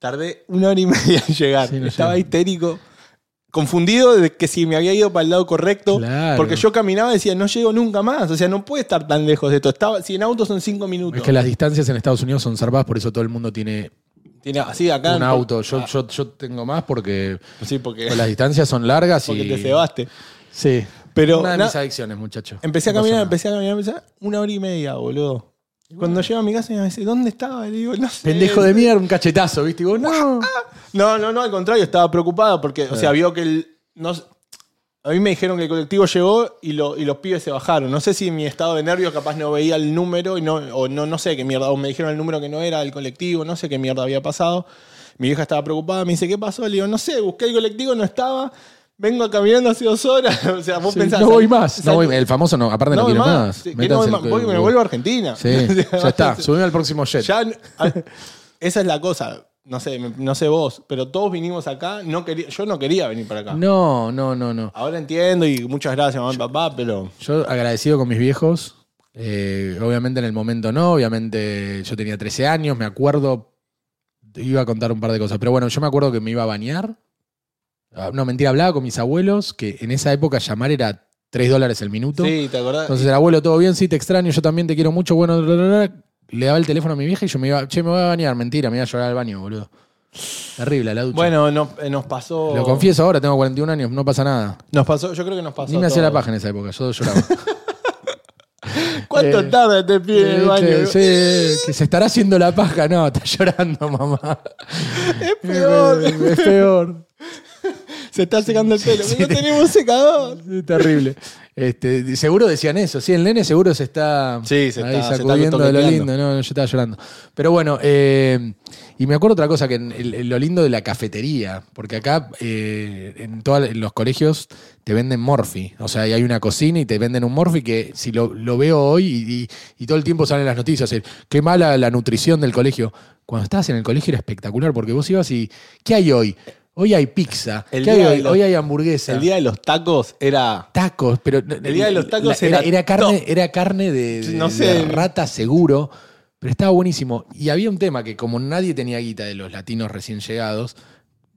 Speaker 2: tardé una hora y media en llegar.
Speaker 1: Sí, no
Speaker 2: Estaba
Speaker 1: llega.
Speaker 2: histérico, confundido de que si me había ido para el lado correcto.
Speaker 1: Claro.
Speaker 2: Porque yo caminaba y decía, no llego nunca más. O sea, no puede estar tan lejos de esto. Estaba, si en auto son cinco minutos.
Speaker 1: Es que las distancias en Estados Unidos son zarpadas, por eso todo el mundo tiene
Speaker 2: Tiene- así acá.
Speaker 1: un auto. Yo, yo, yo tengo más porque
Speaker 2: Sí, porque,
Speaker 1: las distancias son largas
Speaker 2: Eh. porque
Speaker 1: y.
Speaker 2: te cebaste.
Speaker 1: Sí.
Speaker 2: Pero
Speaker 1: Una de
Speaker 2: na-
Speaker 1: mis adicciones, muchacho.
Speaker 2: empecé a
Speaker 1: No pasa
Speaker 2: caminar,
Speaker 1: nada.
Speaker 2: empecé a caminar, empecé a- una hora y media, boludo. Cuando llego a mi casa me dice, ¿dónde estaba? Le digo, no sé.
Speaker 1: Pendejo de mierda, un cachetazo, ¿viste? Y vos,
Speaker 2: Ah,
Speaker 1: no.
Speaker 2: No, no, no, al contrario, estaba preocupada porque, o
Speaker 1: Eh.
Speaker 2: sea, vio que el. No, s- a mí me dijeron que el colectivo llegó y, lo- y los pibes se bajaron. No sé si mi estado de nervios capaz no veía el número y no, o no, no sé qué mierda. O me dijeron el número que no era del colectivo, no sé qué mierda había pasado. Mi vieja estaba preocupada, me dice, ¿qué pasó? Le digo, no sé, busqué el colectivo, no estaba. Vengo caminando hace dos horas. o sea, vos
Speaker 1: Sí,
Speaker 2: pensás.
Speaker 1: no
Speaker 2: sal-
Speaker 1: voy más.
Speaker 2: sal-
Speaker 1: No voy, el famoso no, aparte no,
Speaker 2: no voy
Speaker 1: quiero más.
Speaker 2: más. Sí, que no
Speaker 1: Métanse
Speaker 2: voy
Speaker 1: el
Speaker 2: más. Voy-
Speaker 1: que-
Speaker 2: me vuelvo a Argentina.
Speaker 1: Sí, ya está. Subime al próximo jet.
Speaker 2: Ya- esa es la cosa. no sé, me- no sé vos, pero todos vinimos acá, no quería, yo no quería venir para acá.
Speaker 1: No, no, no, no.
Speaker 2: Ahora entiendo y muchas gracias, mamá y papá, pero
Speaker 1: Yo agradecido con mis viejos. eh, obviamente en el momento no, obviamente yo tenía 13 años, me acuerdo, iba a contar un par de cosas, pero bueno, yo me acuerdo que me iba a bañar. Ah, No, mentira, hablaba con mis abuelos, que en esa época llamar era 3 dólares el minuto.
Speaker 2: sí, ¿te acordás?
Speaker 1: Entonces el abuelo, todo bien, sí, te extraño, yo también te quiero mucho, bueno, bla, bla, bla. le daba el teléfono a mi vieja y yo me iba, che, me voy a bañar, mentira, me iba a llorar al baño, boludo. Terrible, a la ducha.
Speaker 2: bueno, no- eh, nos pasó.
Speaker 1: Lo confieso ahora, tengo 41 años, no pasa nada.
Speaker 2: Nos pasó, yo creo que nos pasó.
Speaker 1: Ni
Speaker 2: a
Speaker 1: me hacía la
Speaker 2: todos.
Speaker 1: paja en esa época, yo lloraba.
Speaker 2: ¿Cuánto
Speaker 1: Eh,
Speaker 2: tarda este pibe en el baño?
Speaker 1: Sí, que se estará haciendo la paja. No, está llorando, mamá.
Speaker 2: Es peor.
Speaker 1: Es peor.
Speaker 2: Se está secando el pelo. no tenemos secador.
Speaker 1: Es terrible. Este, seguro decían eso. Sí, el nene seguro se está
Speaker 2: Sí, se
Speaker 1: ahí
Speaker 2: está- se está
Speaker 1: sacudiendo de lo
Speaker 2: toqueteando.
Speaker 1: lindo. No, no, yo estaba llorando. Pero bueno, eh, y me acuerdo otra cosa, que en el- el- lo lindo de la cafetería. Porque acá eh, en, toda- en los colegios te venden morfi. O sea, y hay una cocina y te venden un morfi que si lo, lo veo hoy y, y- y todo el tiempo salen las noticias. el, Qué mala la nutrición del colegio. Cuando estabas en el colegio era espectacular porque vos ibas y... ¿Qué hay hoy? Hoy hay pizza.
Speaker 2: El
Speaker 1: ¿Qué hay
Speaker 2: día de
Speaker 1: hoy?
Speaker 2: los-
Speaker 1: hoy hay hamburguesa
Speaker 2: El día de los tacos era.
Speaker 1: tacos, pero
Speaker 2: El día de los tacos
Speaker 1: era,
Speaker 2: era
Speaker 1: carne,
Speaker 2: top. Pues
Speaker 1: era carne de, de-
Speaker 2: No
Speaker 1: de
Speaker 2: sé.
Speaker 1: rata seguro, pero estaba buenísimo. Y había un tema que como nadie tenía guita de los latinos recién llegados,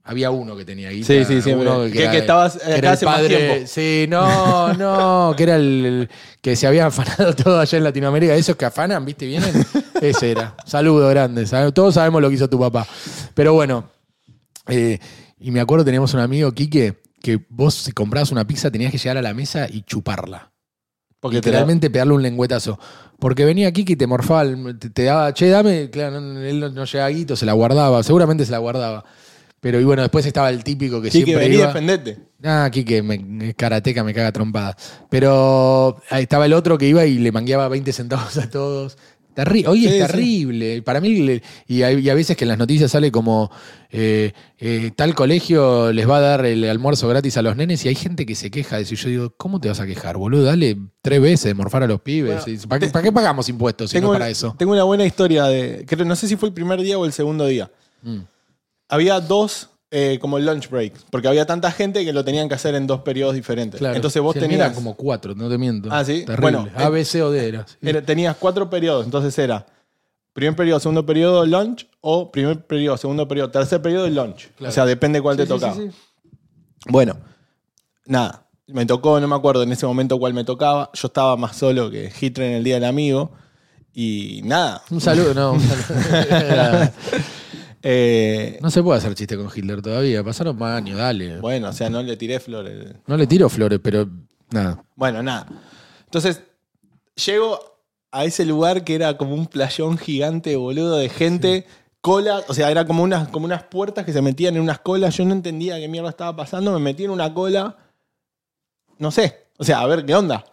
Speaker 1: había uno que tenía guita.
Speaker 2: Sí, sí, siempre.
Speaker 1: uno
Speaker 2: Que-
Speaker 1: era-
Speaker 2: que estabas
Speaker 1: que era
Speaker 2: acá
Speaker 1: el
Speaker 2: hace más tiempo.
Speaker 1: Sí, no, no, que era el, el que se había afanado todo allá en Latinoamérica. Esos que afanan, ¿viste? Vienen. Ese era. Saludo grande. sabe- Todos sabemos lo que hizo tu papá. Pero bueno, eh, y me acuerdo, teníamos un amigo, Quique, que vos si comprabas una pizza tenías que llegar a la mesa y chuparla.
Speaker 2: Porque te la-
Speaker 1: Literalmente pegarle un lengüetazo. Porque venía Quique y te morfaba, el- te, te daba, che, dame, claro, no- él no, no llegaba a guito, se la guardaba, seguramente se la guardaba. Pero y bueno, después estaba el típico que
Speaker 2: Sí, que
Speaker 1: siempre
Speaker 2: venía a
Speaker 1: iba.
Speaker 2: defenderte.
Speaker 1: Ah, Quique, me, karateca me caga trompada. Pero ahí estaba el otro que iba y le mangueaba 20 centavos a todos. Terri- Hoy
Speaker 2: Sí, sí.
Speaker 1: es terrible. Para mí, le- y, hay- y a veces que en las noticias sale como eh, eh, tal colegio les va a dar el almuerzo gratis a los nenes y hay gente que se queja de eso. Y yo digo, ¿cómo te vas a quejar, boludo? Dale tres veces de morfar a los pibes.
Speaker 2: Bueno,
Speaker 1: ¿Para, qué,
Speaker 2: te-
Speaker 1: para qué pagamos impuestos si no
Speaker 2: Tengo,
Speaker 1: para
Speaker 2: una-
Speaker 1: eso?
Speaker 2: tengo una buena historia de. Creo, no sé si fue el primer día o el segundo día.
Speaker 1: Mm.
Speaker 2: Había dos. eh, como lunch break, porque había tanta gente que lo tenían que hacer en dos periodos diferentes.
Speaker 1: Claro.
Speaker 2: Entonces vos
Speaker 1: Sí, el mío
Speaker 2: tenías
Speaker 1: era como cuatro, no te miento.
Speaker 2: Ah, ¿sí?
Speaker 1: Terrible.
Speaker 2: Bueno,
Speaker 1: A, B, C o D era. sí.
Speaker 2: Era- tenías cuatro periodos, entonces era primer periodo, segundo periodo, lunch, o primer periodo, segundo periodo, tercer periodo y lunch.
Speaker 1: Claro.
Speaker 2: O sea, depende cuál
Speaker 1: Sí,
Speaker 2: te
Speaker 1: sí, sí,
Speaker 2: tocaba.
Speaker 1: sí.
Speaker 2: Bueno, nada, me tocó, no me acuerdo en ese momento cuál me tocaba. Yo estaba más solo que Hitler en el Día del Amigo. Y nada,
Speaker 1: Un saludo, no, un saludo.
Speaker 2: eh,
Speaker 1: No se puede hacer chiste con Hitler todavía, pasaron más años, dale.
Speaker 2: bueno, o sea, no le tiré flores.
Speaker 1: No le tiro flores, pero nada.
Speaker 2: Bueno, nada. Entonces, llego a ese lugar que era como un playón gigante, boludo, de gente, cola, o sea, era como unas, como unas puertas que se metían en unas colas. Yo no entendía qué mierda estaba pasando, me metí en una cola. No sé, o sea, a ver qué onda.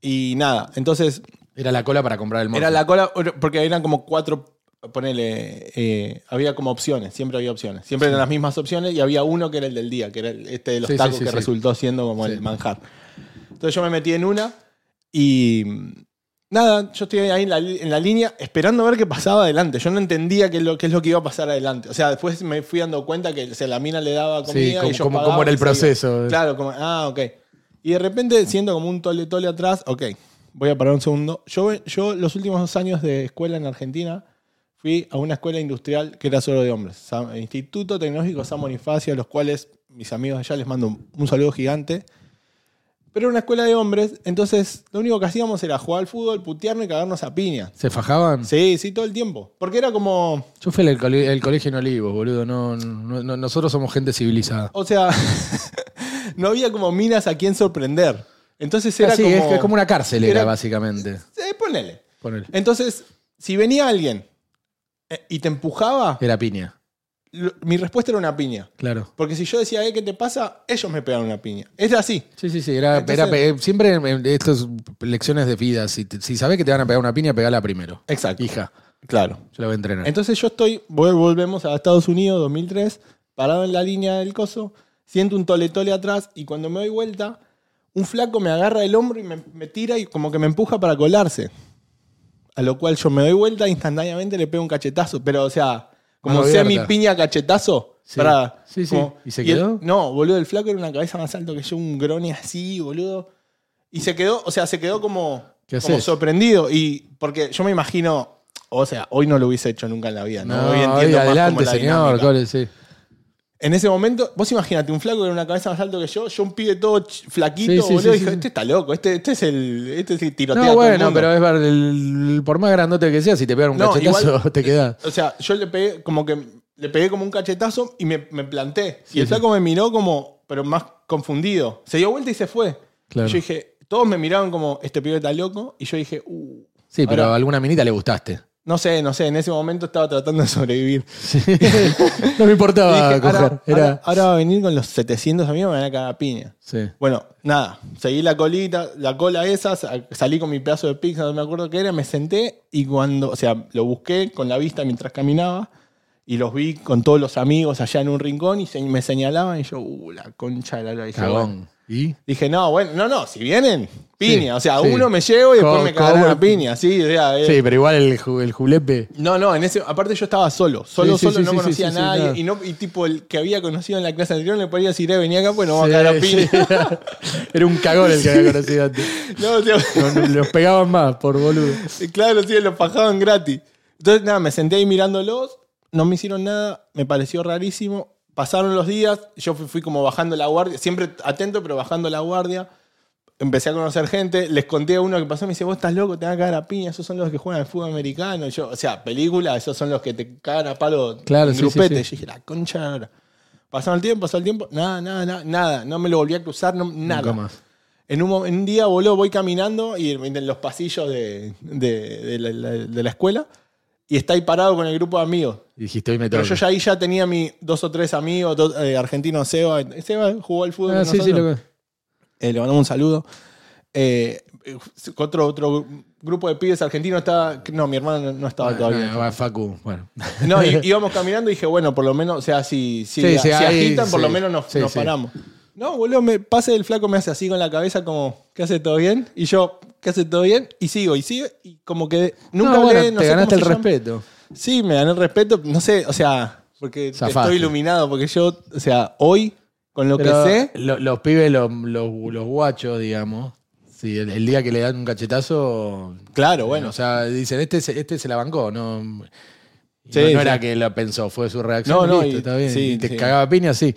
Speaker 2: Y nada, entonces
Speaker 1: Era la cola para comprar el morfi.
Speaker 2: era la cola, porque eran como cuatro, ponele, eh, había como opciones, siempre había opciones, siempre eran las mismas opciones y había uno que era el del día, que era el- este de los
Speaker 1: Sí, sí,
Speaker 2: tacos
Speaker 1: sí,
Speaker 2: que
Speaker 1: sí.
Speaker 2: resultó siendo como
Speaker 1: Sí.
Speaker 2: el manjar. Entonces yo me metí en una y mm, nada, yo estoy ahí en la, li- en la línea esperando a ver qué pasaba adelante. Yo no entendía qué es, lo, qué es lo que iba a pasar adelante. O sea, después me fui dando cuenta que o sea, la mina le daba
Speaker 1: Sí,
Speaker 2: comida
Speaker 1: como-
Speaker 2: y yo
Speaker 1: como-
Speaker 2: pagaba
Speaker 1: como era
Speaker 2: y
Speaker 1: el
Speaker 2: seguía.
Speaker 1: proceso.
Speaker 2: Claro, como, ah, ok. Y de repente siento como un tole tole atrás, ok, voy a parar un segundo. Yo, yo los últimos dos años de escuela en Argentina fui a una escuela industrial que era solo de hombres, Sam- Instituto Tecnológico San Bonifacio, a los cuales mis amigos allá les mando un, un saludo gigante. Pero era una escuela de hombres, entonces lo único que hacíamos era jugar al fútbol, putearnos y cagarnos a piña.
Speaker 1: ¿Se fajaban?
Speaker 2: Sí, sí, todo el tiempo. Porque era como,
Speaker 1: Yo fui al cole- al colegio en Olivos, boludo. No, no- no- nosotros somos gente civilizada.
Speaker 2: o sea, no había como minas a quien sorprender. Entonces era
Speaker 1: Ah, sí,
Speaker 2: como...
Speaker 1: es, que es como una cárcel, era,
Speaker 2: era-
Speaker 1: básicamente.
Speaker 2: Eh, ponele.
Speaker 1: Ponele.
Speaker 2: Entonces, si venía alguien eh, y te empujaba,
Speaker 1: Era piña,
Speaker 2: lo- mi respuesta era una piña.
Speaker 1: claro.
Speaker 2: Porque si yo decía, eh, ¿qué te pasa? Ellos me pegaron una piña. Es así.
Speaker 1: Sí, sí, sí. Era,
Speaker 2: Entonces-
Speaker 1: era pe- siempre en estas lecciones de vida, si, te- si sabés que te van a pegar una piña, pegala primero.
Speaker 2: Exacto.
Speaker 1: Hija,
Speaker 2: Claro.
Speaker 1: yo la voy a entrenar.
Speaker 2: Entonces yo estoy, vol- volvemos a Estados Unidos 2003, parado en la línea del coso, siento un toletole atrás y cuando me doy vuelta, un flaco me agarra el hombro y me, me tira y como que me empuja para colarse. A lo cual yo me doy vuelta e instantáneamente le pego un cachetazo, pero o sea, Como
Speaker 1: Mano abierta.
Speaker 2: semi piña cachetazo.
Speaker 1: Sí.
Speaker 2: pará,
Speaker 1: Sí, sí.
Speaker 2: como-
Speaker 1: ¿Y se
Speaker 2: el-
Speaker 1: quedó?
Speaker 2: no, boludo, el flaco era una cabeza más alto que yo, un grone así, boludo. Y se quedó, o sea, se quedó como,
Speaker 1: ¿Qué
Speaker 2: como
Speaker 1: haces?
Speaker 2: sorprendido. Y porque yo me imagino, o sea, hoy no lo hubiese hecho nunca en la vida. No, Hoy
Speaker 1: hoy
Speaker 2: entiendo más como
Speaker 1: adelante,
Speaker 2: la
Speaker 1: señor.
Speaker 2: dinámica.
Speaker 1: Cole, sí.
Speaker 2: En ese momento, vos imagínate, un flaco que era una cabeza más alto que yo, yo un pibe todo ch- flaquito,
Speaker 1: Sí, sí,
Speaker 2: boludo,
Speaker 1: sí,
Speaker 2: y dije,
Speaker 1: sí.
Speaker 2: este está loco, este, este es el, este es el tirotea a
Speaker 1: No,
Speaker 2: todo el
Speaker 1: bueno,
Speaker 2: mundo".
Speaker 1: pero es ver, el- el- por más grandote que sea, si te pegan un
Speaker 2: No,
Speaker 1: cachetazo,
Speaker 2: igual-
Speaker 1: te quedas.
Speaker 2: O sea, yo le pegué como que le pegué como un cachetazo y me, me planté.
Speaker 1: Sí,
Speaker 2: y el
Speaker 1: sí.
Speaker 2: flaco me miró como, pero más confundido. Se dio vuelta y se fue.
Speaker 1: Claro.
Speaker 2: Y yo dije, todos me miraban como, este pibe está loco. Y yo dije, uh,
Speaker 1: Sí, pero
Speaker 2: Ahora-
Speaker 1: a alguna minita le gustaste.
Speaker 2: no sé, no sé. En ese momento estaba tratando de sobrevivir.
Speaker 1: no me
Speaker 2: Y dije,
Speaker 1: importaba coger.
Speaker 2: ahora,
Speaker 1: era...
Speaker 2: ahora- ahora va a venir con los 700 amigos, me van a cagar a piña.
Speaker 1: Sí.
Speaker 2: Bueno, nada, seguí la colita, la cola esa, sa- salí con mi pedazo de pizza, no me acuerdo qué era, me senté y cuando, o sea, lo busqué con la vista mientras caminaba y los vi con todos los amigos allá en un rincón y se- me señalaban y yo, uh, la concha de la lora. Dije, bueno.
Speaker 1: Cagón. ¿Y?
Speaker 2: Dije, no, bueno, no, no, si vienen, piña.
Speaker 1: Sí,
Speaker 2: o sea,
Speaker 1: sí.
Speaker 2: uno me llevo y después
Speaker 1: Co-
Speaker 2: me cagan
Speaker 1: cobro-
Speaker 2: una piña, sí, o sea, eh,
Speaker 1: Sí, pero igual el, ju- el julepe.
Speaker 2: No, no, en ese, aparte yo estaba solo, solo,
Speaker 1: Sí, sí,
Speaker 2: solo,
Speaker 1: sí,
Speaker 2: no
Speaker 1: sí,
Speaker 2: conocía
Speaker 1: sí, sí,
Speaker 2: a nadie
Speaker 1: nada.
Speaker 2: y, no, y tipo el que había conocido en la clase anterior le podía decir, eh, venía acá, pues no vamos
Speaker 1: Sí,
Speaker 2: a cagar a piña.
Speaker 1: sí, era- Era un cagón el que había conocido antes.
Speaker 2: No, o sea,
Speaker 1: No, no, Los pegaban más, por boludo.
Speaker 2: Sí, Claro, sí, los pajaban gratis. Entonces, nada, me senté ahí mirándolos, no me hicieron nada, me pareció rarísimo. Pasaron los días, yo fui, fui como bajando la guardia, siempre atento, pero bajando la guardia. Empecé a conocer gente, les conté a uno que pasó, me dice, vos estás loco, te van a cagar a piña, esos son los que juegan al fútbol americano. Y yo, o sea, película, esos son los que te cagan a palo
Speaker 1: Claro,
Speaker 2: en
Speaker 1: sí, sí,
Speaker 2: grupete.
Speaker 1: sí.
Speaker 2: Yo dije, la concha. de la lora". Pasaron el tiempo, pasó el tiempo, nada, nada, nada, nada. No me lo volví a cruzar, no- nada.
Speaker 1: Nunca más.
Speaker 2: En un, mo- en un día, boludo, voy caminando y en en los pasillos de, de- de la, la- de la escuela y está ahí parado con el grupo de amigos.
Speaker 1: Y dijiste, hoy me
Speaker 2: Pero
Speaker 1: toca.
Speaker 2: yo ya ahí ya tenía mis dos o tres amigos, dos, eh, argentino Seba. Seba jugó al fútbol.
Speaker 1: Ah,
Speaker 2: con
Speaker 1: sí, sí,
Speaker 2: nosotros.
Speaker 1: lo
Speaker 2: Eh, le mandamos un saludo. Eh, eh, otro, otro grupo de pibes argentinos estaba. No, mi hermano no- no estaba todavía.
Speaker 1: Ah, va, Facu, bueno.
Speaker 2: No, y- íbamos caminando y dije, bueno, por lo menos, o sea, si, si,
Speaker 1: Sí, sí,
Speaker 2: si
Speaker 1: ahí,
Speaker 2: agitan, por
Speaker 1: sí.
Speaker 2: lo menos nos,
Speaker 1: Sí,
Speaker 2: nos
Speaker 1: sí.
Speaker 2: paramos. No, boludo, me pase el flaco, me hace así con la cabeza, como, ¿qué hace todo bien? Y yo, ¿qué hace todo bien? Y sigo, y sigo, y como que nunca
Speaker 1: No,
Speaker 2: hablé,
Speaker 1: bueno,
Speaker 2: no
Speaker 1: te
Speaker 2: sé
Speaker 1: ganaste el
Speaker 2: cómo se llama.
Speaker 1: respeto.
Speaker 2: Sí, me gané el respeto, no sé, o sea, porque
Speaker 1: Zafaste.
Speaker 2: estoy iluminado, porque yo, o sea, hoy, con lo
Speaker 1: Pero
Speaker 2: que sé,
Speaker 1: lo- los pibes, los, los, los guachos, digamos. Sí, el, el día que le dan un cachetazo.
Speaker 2: claro,
Speaker 1: Bueno,
Speaker 2: bueno.
Speaker 1: o sea, dicen, este, se- este se la bancó. No, Y
Speaker 2: Sí,
Speaker 1: no, no
Speaker 2: sí.
Speaker 1: era que la pensó, fue su reacción.
Speaker 2: No, no,
Speaker 1: listo,
Speaker 2: y-
Speaker 1: está bien.
Speaker 2: sí,
Speaker 1: y te
Speaker 2: sí.
Speaker 1: cagaba piña, sí.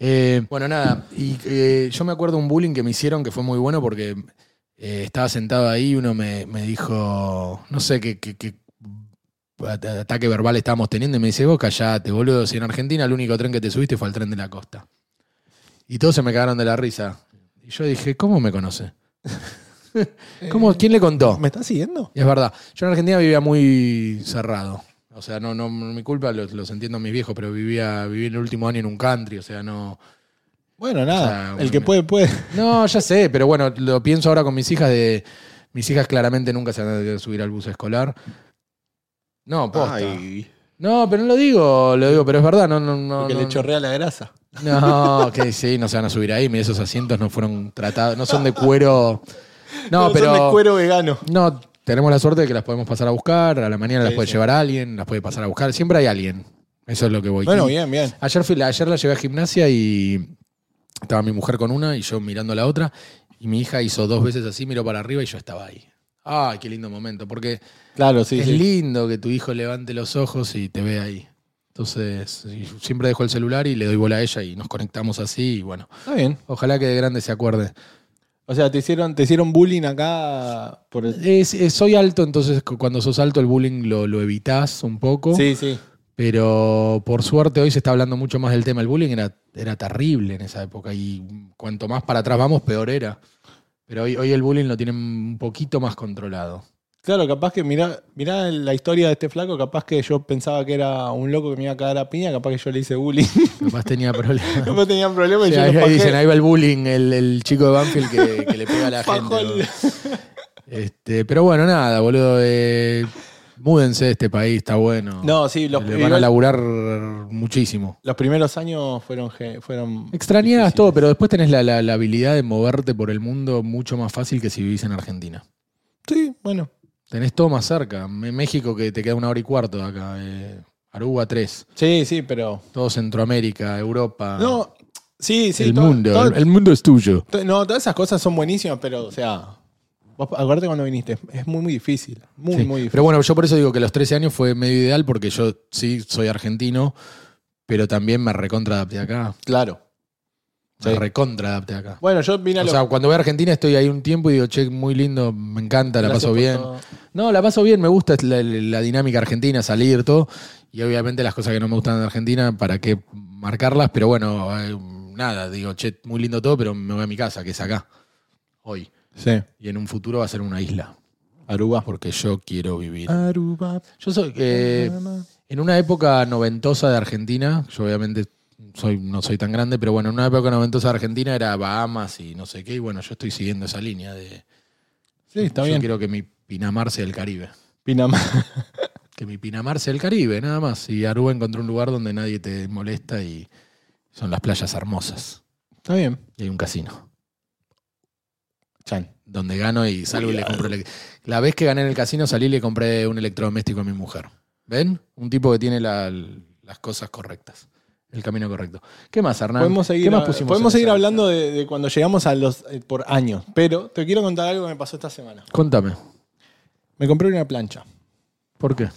Speaker 1: Eh, bueno, nada. Y eh, yo me acuerdo un bullying que me hicieron que fue muy bueno porque eh, estaba sentado ahí y uno me, me dijo, no sé qué, qué- qué at- ataque verbal estábamos teniendo. Y me dice, vos callate, boludo. Si en Argentina el único tren que te subiste fue al tren de la costa. Y todos se me cagaron de la risa. Y yo dije, ¿cómo me conoce? ¿Cómo, ¿Quién le contó?
Speaker 2: ¿Me estás siguiendo?
Speaker 1: Y es verdad. Yo en Argentina vivía muy cerrado. O sea, no, no, no es mi culpa, los, los entiendo mis viejos, pero vivía, viví el último año en un country, o sea, no.
Speaker 2: Bueno, nada,
Speaker 1: O sea,
Speaker 2: el que
Speaker 1: me-
Speaker 2: puede, puede.
Speaker 1: No, ya sé, pero bueno, lo pienso ahora con mis hijas de. Mis hijas claramente nunca se van a subir al bus escolar. No, posta.
Speaker 2: Ay,
Speaker 1: No, pero no lo digo, lo digo, pero es verdad, no, no, no.
Speaker 2: porque
Speaker 1: no,
Speaker 2: le chorrea la grasa.
Speaker 1: no, que sí, no se van a subir ahí, mira, esos asientos no fueron tratados, no son de cuero. No,
Speaker 2: Son
Speaker 1: pero.
Speaker 2: de cuero vegano.
Speaker 1: No, tenemos la suerte de que las podemos pasar a buscar. A la mañana las
Speaker 2: Sí,
Speaker 1: puede
Speaker 2: sí.
Speaker 1: llevar alguien, las puede pasar a buscar. Siempre hay alguien. Eso es lo que voy.
Speaker 2: Bueno,
Speaker 1: Y
Speaker 2: bien, bien.
Speaker 1: Ayer, fui, la- ayer la llevé a gimnasia y estaba mi mujer con una y yo mirando a la otra. Y mi hija hizo dos veces así, miró para arriba y yo estaba ahí. ¡Ay, qué lindo momento! Porque
Speaker 2: Claro, sí,
Speaker 1: es
Speaker 2: sí.
Speaker 1: lindo que tu hijo levante los ojos y te vea ahí. Entonces, y siempre dejo el celular y le doy bola a ella y nos conectamos así. Y bueno,
Speaker 2: Está bien.
Speaker 1: ojalá que de grande se acuerde.
Speaker 2: O sea, te hicieron, te hicieron bullying acá por el-
Speaker 1: Es- es- soy alto, entonces cu- cuando sos alto el bullying lo, lo evitás un poco.
Speaker 2: Sí, sí.
Speaker 1: Pero por suerte hoy se está hablando mucho más del tema. El bullying era, era terrible en esa época y cuanto más para atrás vamos, peor era. Pero hoy, hoy el bullying lo tienen un poquito más controlado.
Speaker 2: Claro, capaz que mirá, mirá la historia de este flaco, capaz que yo pensaba que era un loco que me iba a cagar a piña, capaz que yo le hice bullying.
Speaker 1: Capaz tenía problemas.
Speaker 2: Después tenían problemas y
Speaker 1: Sí,
Speaker 2: yo
Speaker 1: ahí,
Speaker 2: lo
Speaker 1: ahí
Speaker 2: fajé.
Speaker 1: dicen, ahí va el bullying, el, el chico de Banfield que, que le pega a la gente.
Speaker 2: Fajó
Speaker 1: boludo.
Speaker 2: el-
Speaker 1: Este, pero bueno, nada, boludo. eh, múdense de este país, está bueno.
Speaker 2: No, sí, los,
Speaker 1: Le van a
Speaker 2: igual
Speaker 1: laburar muchísimo.
Speaker 2: los primeros años fueron... ge- fueron
Speaker 1: Extrañas
Speaker 2: difíciles.
Speaker 1: todo, pero después tenés la, la- la habilidad de moverte por el mundo mucho más fácil que si vivís en Argentina.
Speaker 2: Sí, bueno.
Speaker 1: Tenés todo más cerca. En México que te queda una hora y cuarto de acá. eh, Aruba 3.
Speaker 2: Sí, sí, pero.
Speaker 1: Todo Centroamérica, Europa.
Speaker 2: No, sí, sí.
Speaker 1: Ah. el
Speaker 2: todo-
Speaker 1: mundo.
Speaker 2: todo-
Speaker 1: el- el mundo es tuyo.
Speaker 2: to- no, todas esas cosas son buenísimas, pero, o sea. Vos acuérdate cuando viniste. Es muy, muy difícil. Muy,
Speaker 1: Sí,
Speaker 2: muy difícil.
Speaker 1: Pero bueno, yo por eso digo que los 13 años fue medio ideal porque yo sí soy argentino, pero también me recontra adapté acá.
Speaker 2: claro.
Speaker 1: Me
Speaker 2: Sí.
Speaker 1: recontra adapté acá.
Speaker 2: Bueno, yo vine a
Speaker 1: O
Speaker 2: lo-
Speaker 1: sea, cuando voy a Argentina estoy ahí un tiempo y digo, che, muy lindo, me encanta, la
Speaker 2: Gracias
Speaker 1: paso
Speaker 2: por
Speaker 1: bien.
Speaker 2: todo.
Speaker 1: No, la paso bien, me gusta la, la dinámica argentina, salir, todo. Y obviamente las cosas que no me gustan de Argentina, ¿para qué marcarlas? Pero bueno, eh, nada, digo, che, muy lindo todo, pero me voy a mi casa, que es acá, hoy.
Speaker 2: Sí.
Speaker 1: Y en un futuro va a ser una isla,
Speaker 2: Aruba.
Speaker 1: porque yo quiero vivir.
Speaker 2: Ah. Aruba.
Speaker 1: Yo soy... eh, en una época noventosa de Argentina, yo obviamente soy, no soy tan grande, pero bueno, en una época noventosa de Argentina era Bahamas y no sé qué, y bueno, yo estoy siguiendo esa línea de...
Speaker 2: Sí, está
Speaker 1: yo
Speaker 2: bien.
Speaker 1: quiero que mi Pinamar sea el Caribe.
Speaker 2: Pinamar.
Speaker 1: Que mi Pinamar sea el Caribe, nada más. Y Aruba encontró un lugar donde nadie te molesta y son las playas hermosas.
Speaker 2: Está bien.
Speaker 1: Y hay un casino.
Speaker 2: Chan.
Speaker 1: Donde gano y salgo y le compro... ele- La vez que gané en el casino salí y le compré un electrodoméstico a mi mujer. ¿Ven? Un tipo que tiene la- las cosas correctas. El camino correcto. ¿Qué más, Hernán?
Speaker 2: Podemos seguir,
Speaker 1: ¿Qué más
Speaker 2: a-
Speaker 1: pusimos
Speaker 2: podemos
Speaker 1: en
Speaker 2: seguir
Speaker 1: esa
Speaker 2: hablando de, de cuando llegamos a los eh, por años, pero te quiero contar algo que me pasó esta semana.
Speaker 1: lista? Contame.
Speaker 2: Me compré una plancha.
Speaker 1: ¿Por qué?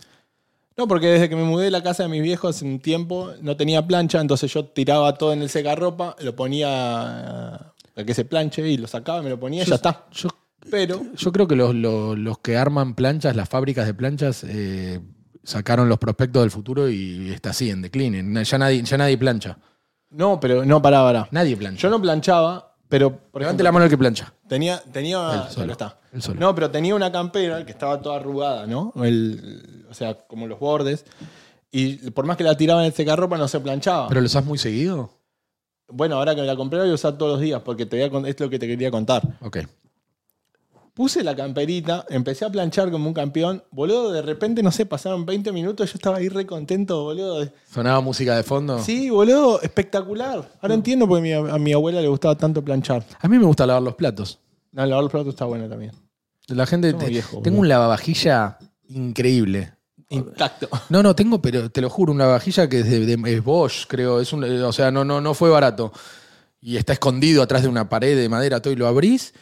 Speaker 2: No, porque desde que me mudé de la casa de mis viejos hace un tiempo no tenía plancha, entonces yo tiraba todo en el secarropa, lo ponía eh, a que se planche y lo sacaba, me lo ponía y ya está.
Speaker 1: Yo,
Speaker 2: Pero
Speaker 1: yo creo que los, los- los que arman planchas, las fábricas de planchas, eh, sacaron los prospectos del futuro y está así, en decline. Na- Ya nadie, ya nadie plancha.
Speaker 2: no, pero no pará, pará.
Speaker 1: Nadie plancha.
Speaker 2: Yo no planchaba, pero por
Speaker 1: Levante
Speaker 2: ejemplo,
Speaker 1: la mano el que plancha.
Speaker 2: tenía tenía
Speaker 1: Él solo,
Speaker 2: no está.
Speaker 1: él solo.
Speaker 2: No, pero tenía una campera que estaba toda arrugada, ¿no? El- o sea, como los bordes. Y por más que la tiraba en el secarropa no se planchaba.
Speaker 1: ¿Pero lo usás muy seguido?
Speaker 2: Bueno, ahora que me la compré la voy a usar todos los días porque te voy a con- es lo que te quería contar.
Speaker 1: Ok.
Speaker 2: Puse la camperita, empecé a planchar como un campeón. Boludo, de repente, no sé, pasaron 20 minutos, yo estaba ahí re contento, boludo.
Speaker 1: ¿Sonaba música de fondo?
Speaker 2: Sí, boludo, espectacular. Ahora entiendo por qué mi- a mi abuela le gustaba tanto planchar.
Speaker 1: A mí me gusta lavar los platos.
Speaker 2: No, lavar los platos está bueno también.
Speaker 1: La gente...
Speaker 2: Somos
Speaker 1: te-
Speaker 2: viejos,
Speaker 1: tengo
Speaker 2: boludo.
Speaker 1: un lavavajilla increíble.
Speaker 2: Intacto.
Speaker 1: No, no, tengo, pero te lo juro, una vajilla que es, de, de- es Bosch, creo. Es un, eh, o sea, no, no, no fue barato. Y está escondido atrás de una pared de madera, todo, y lo abrís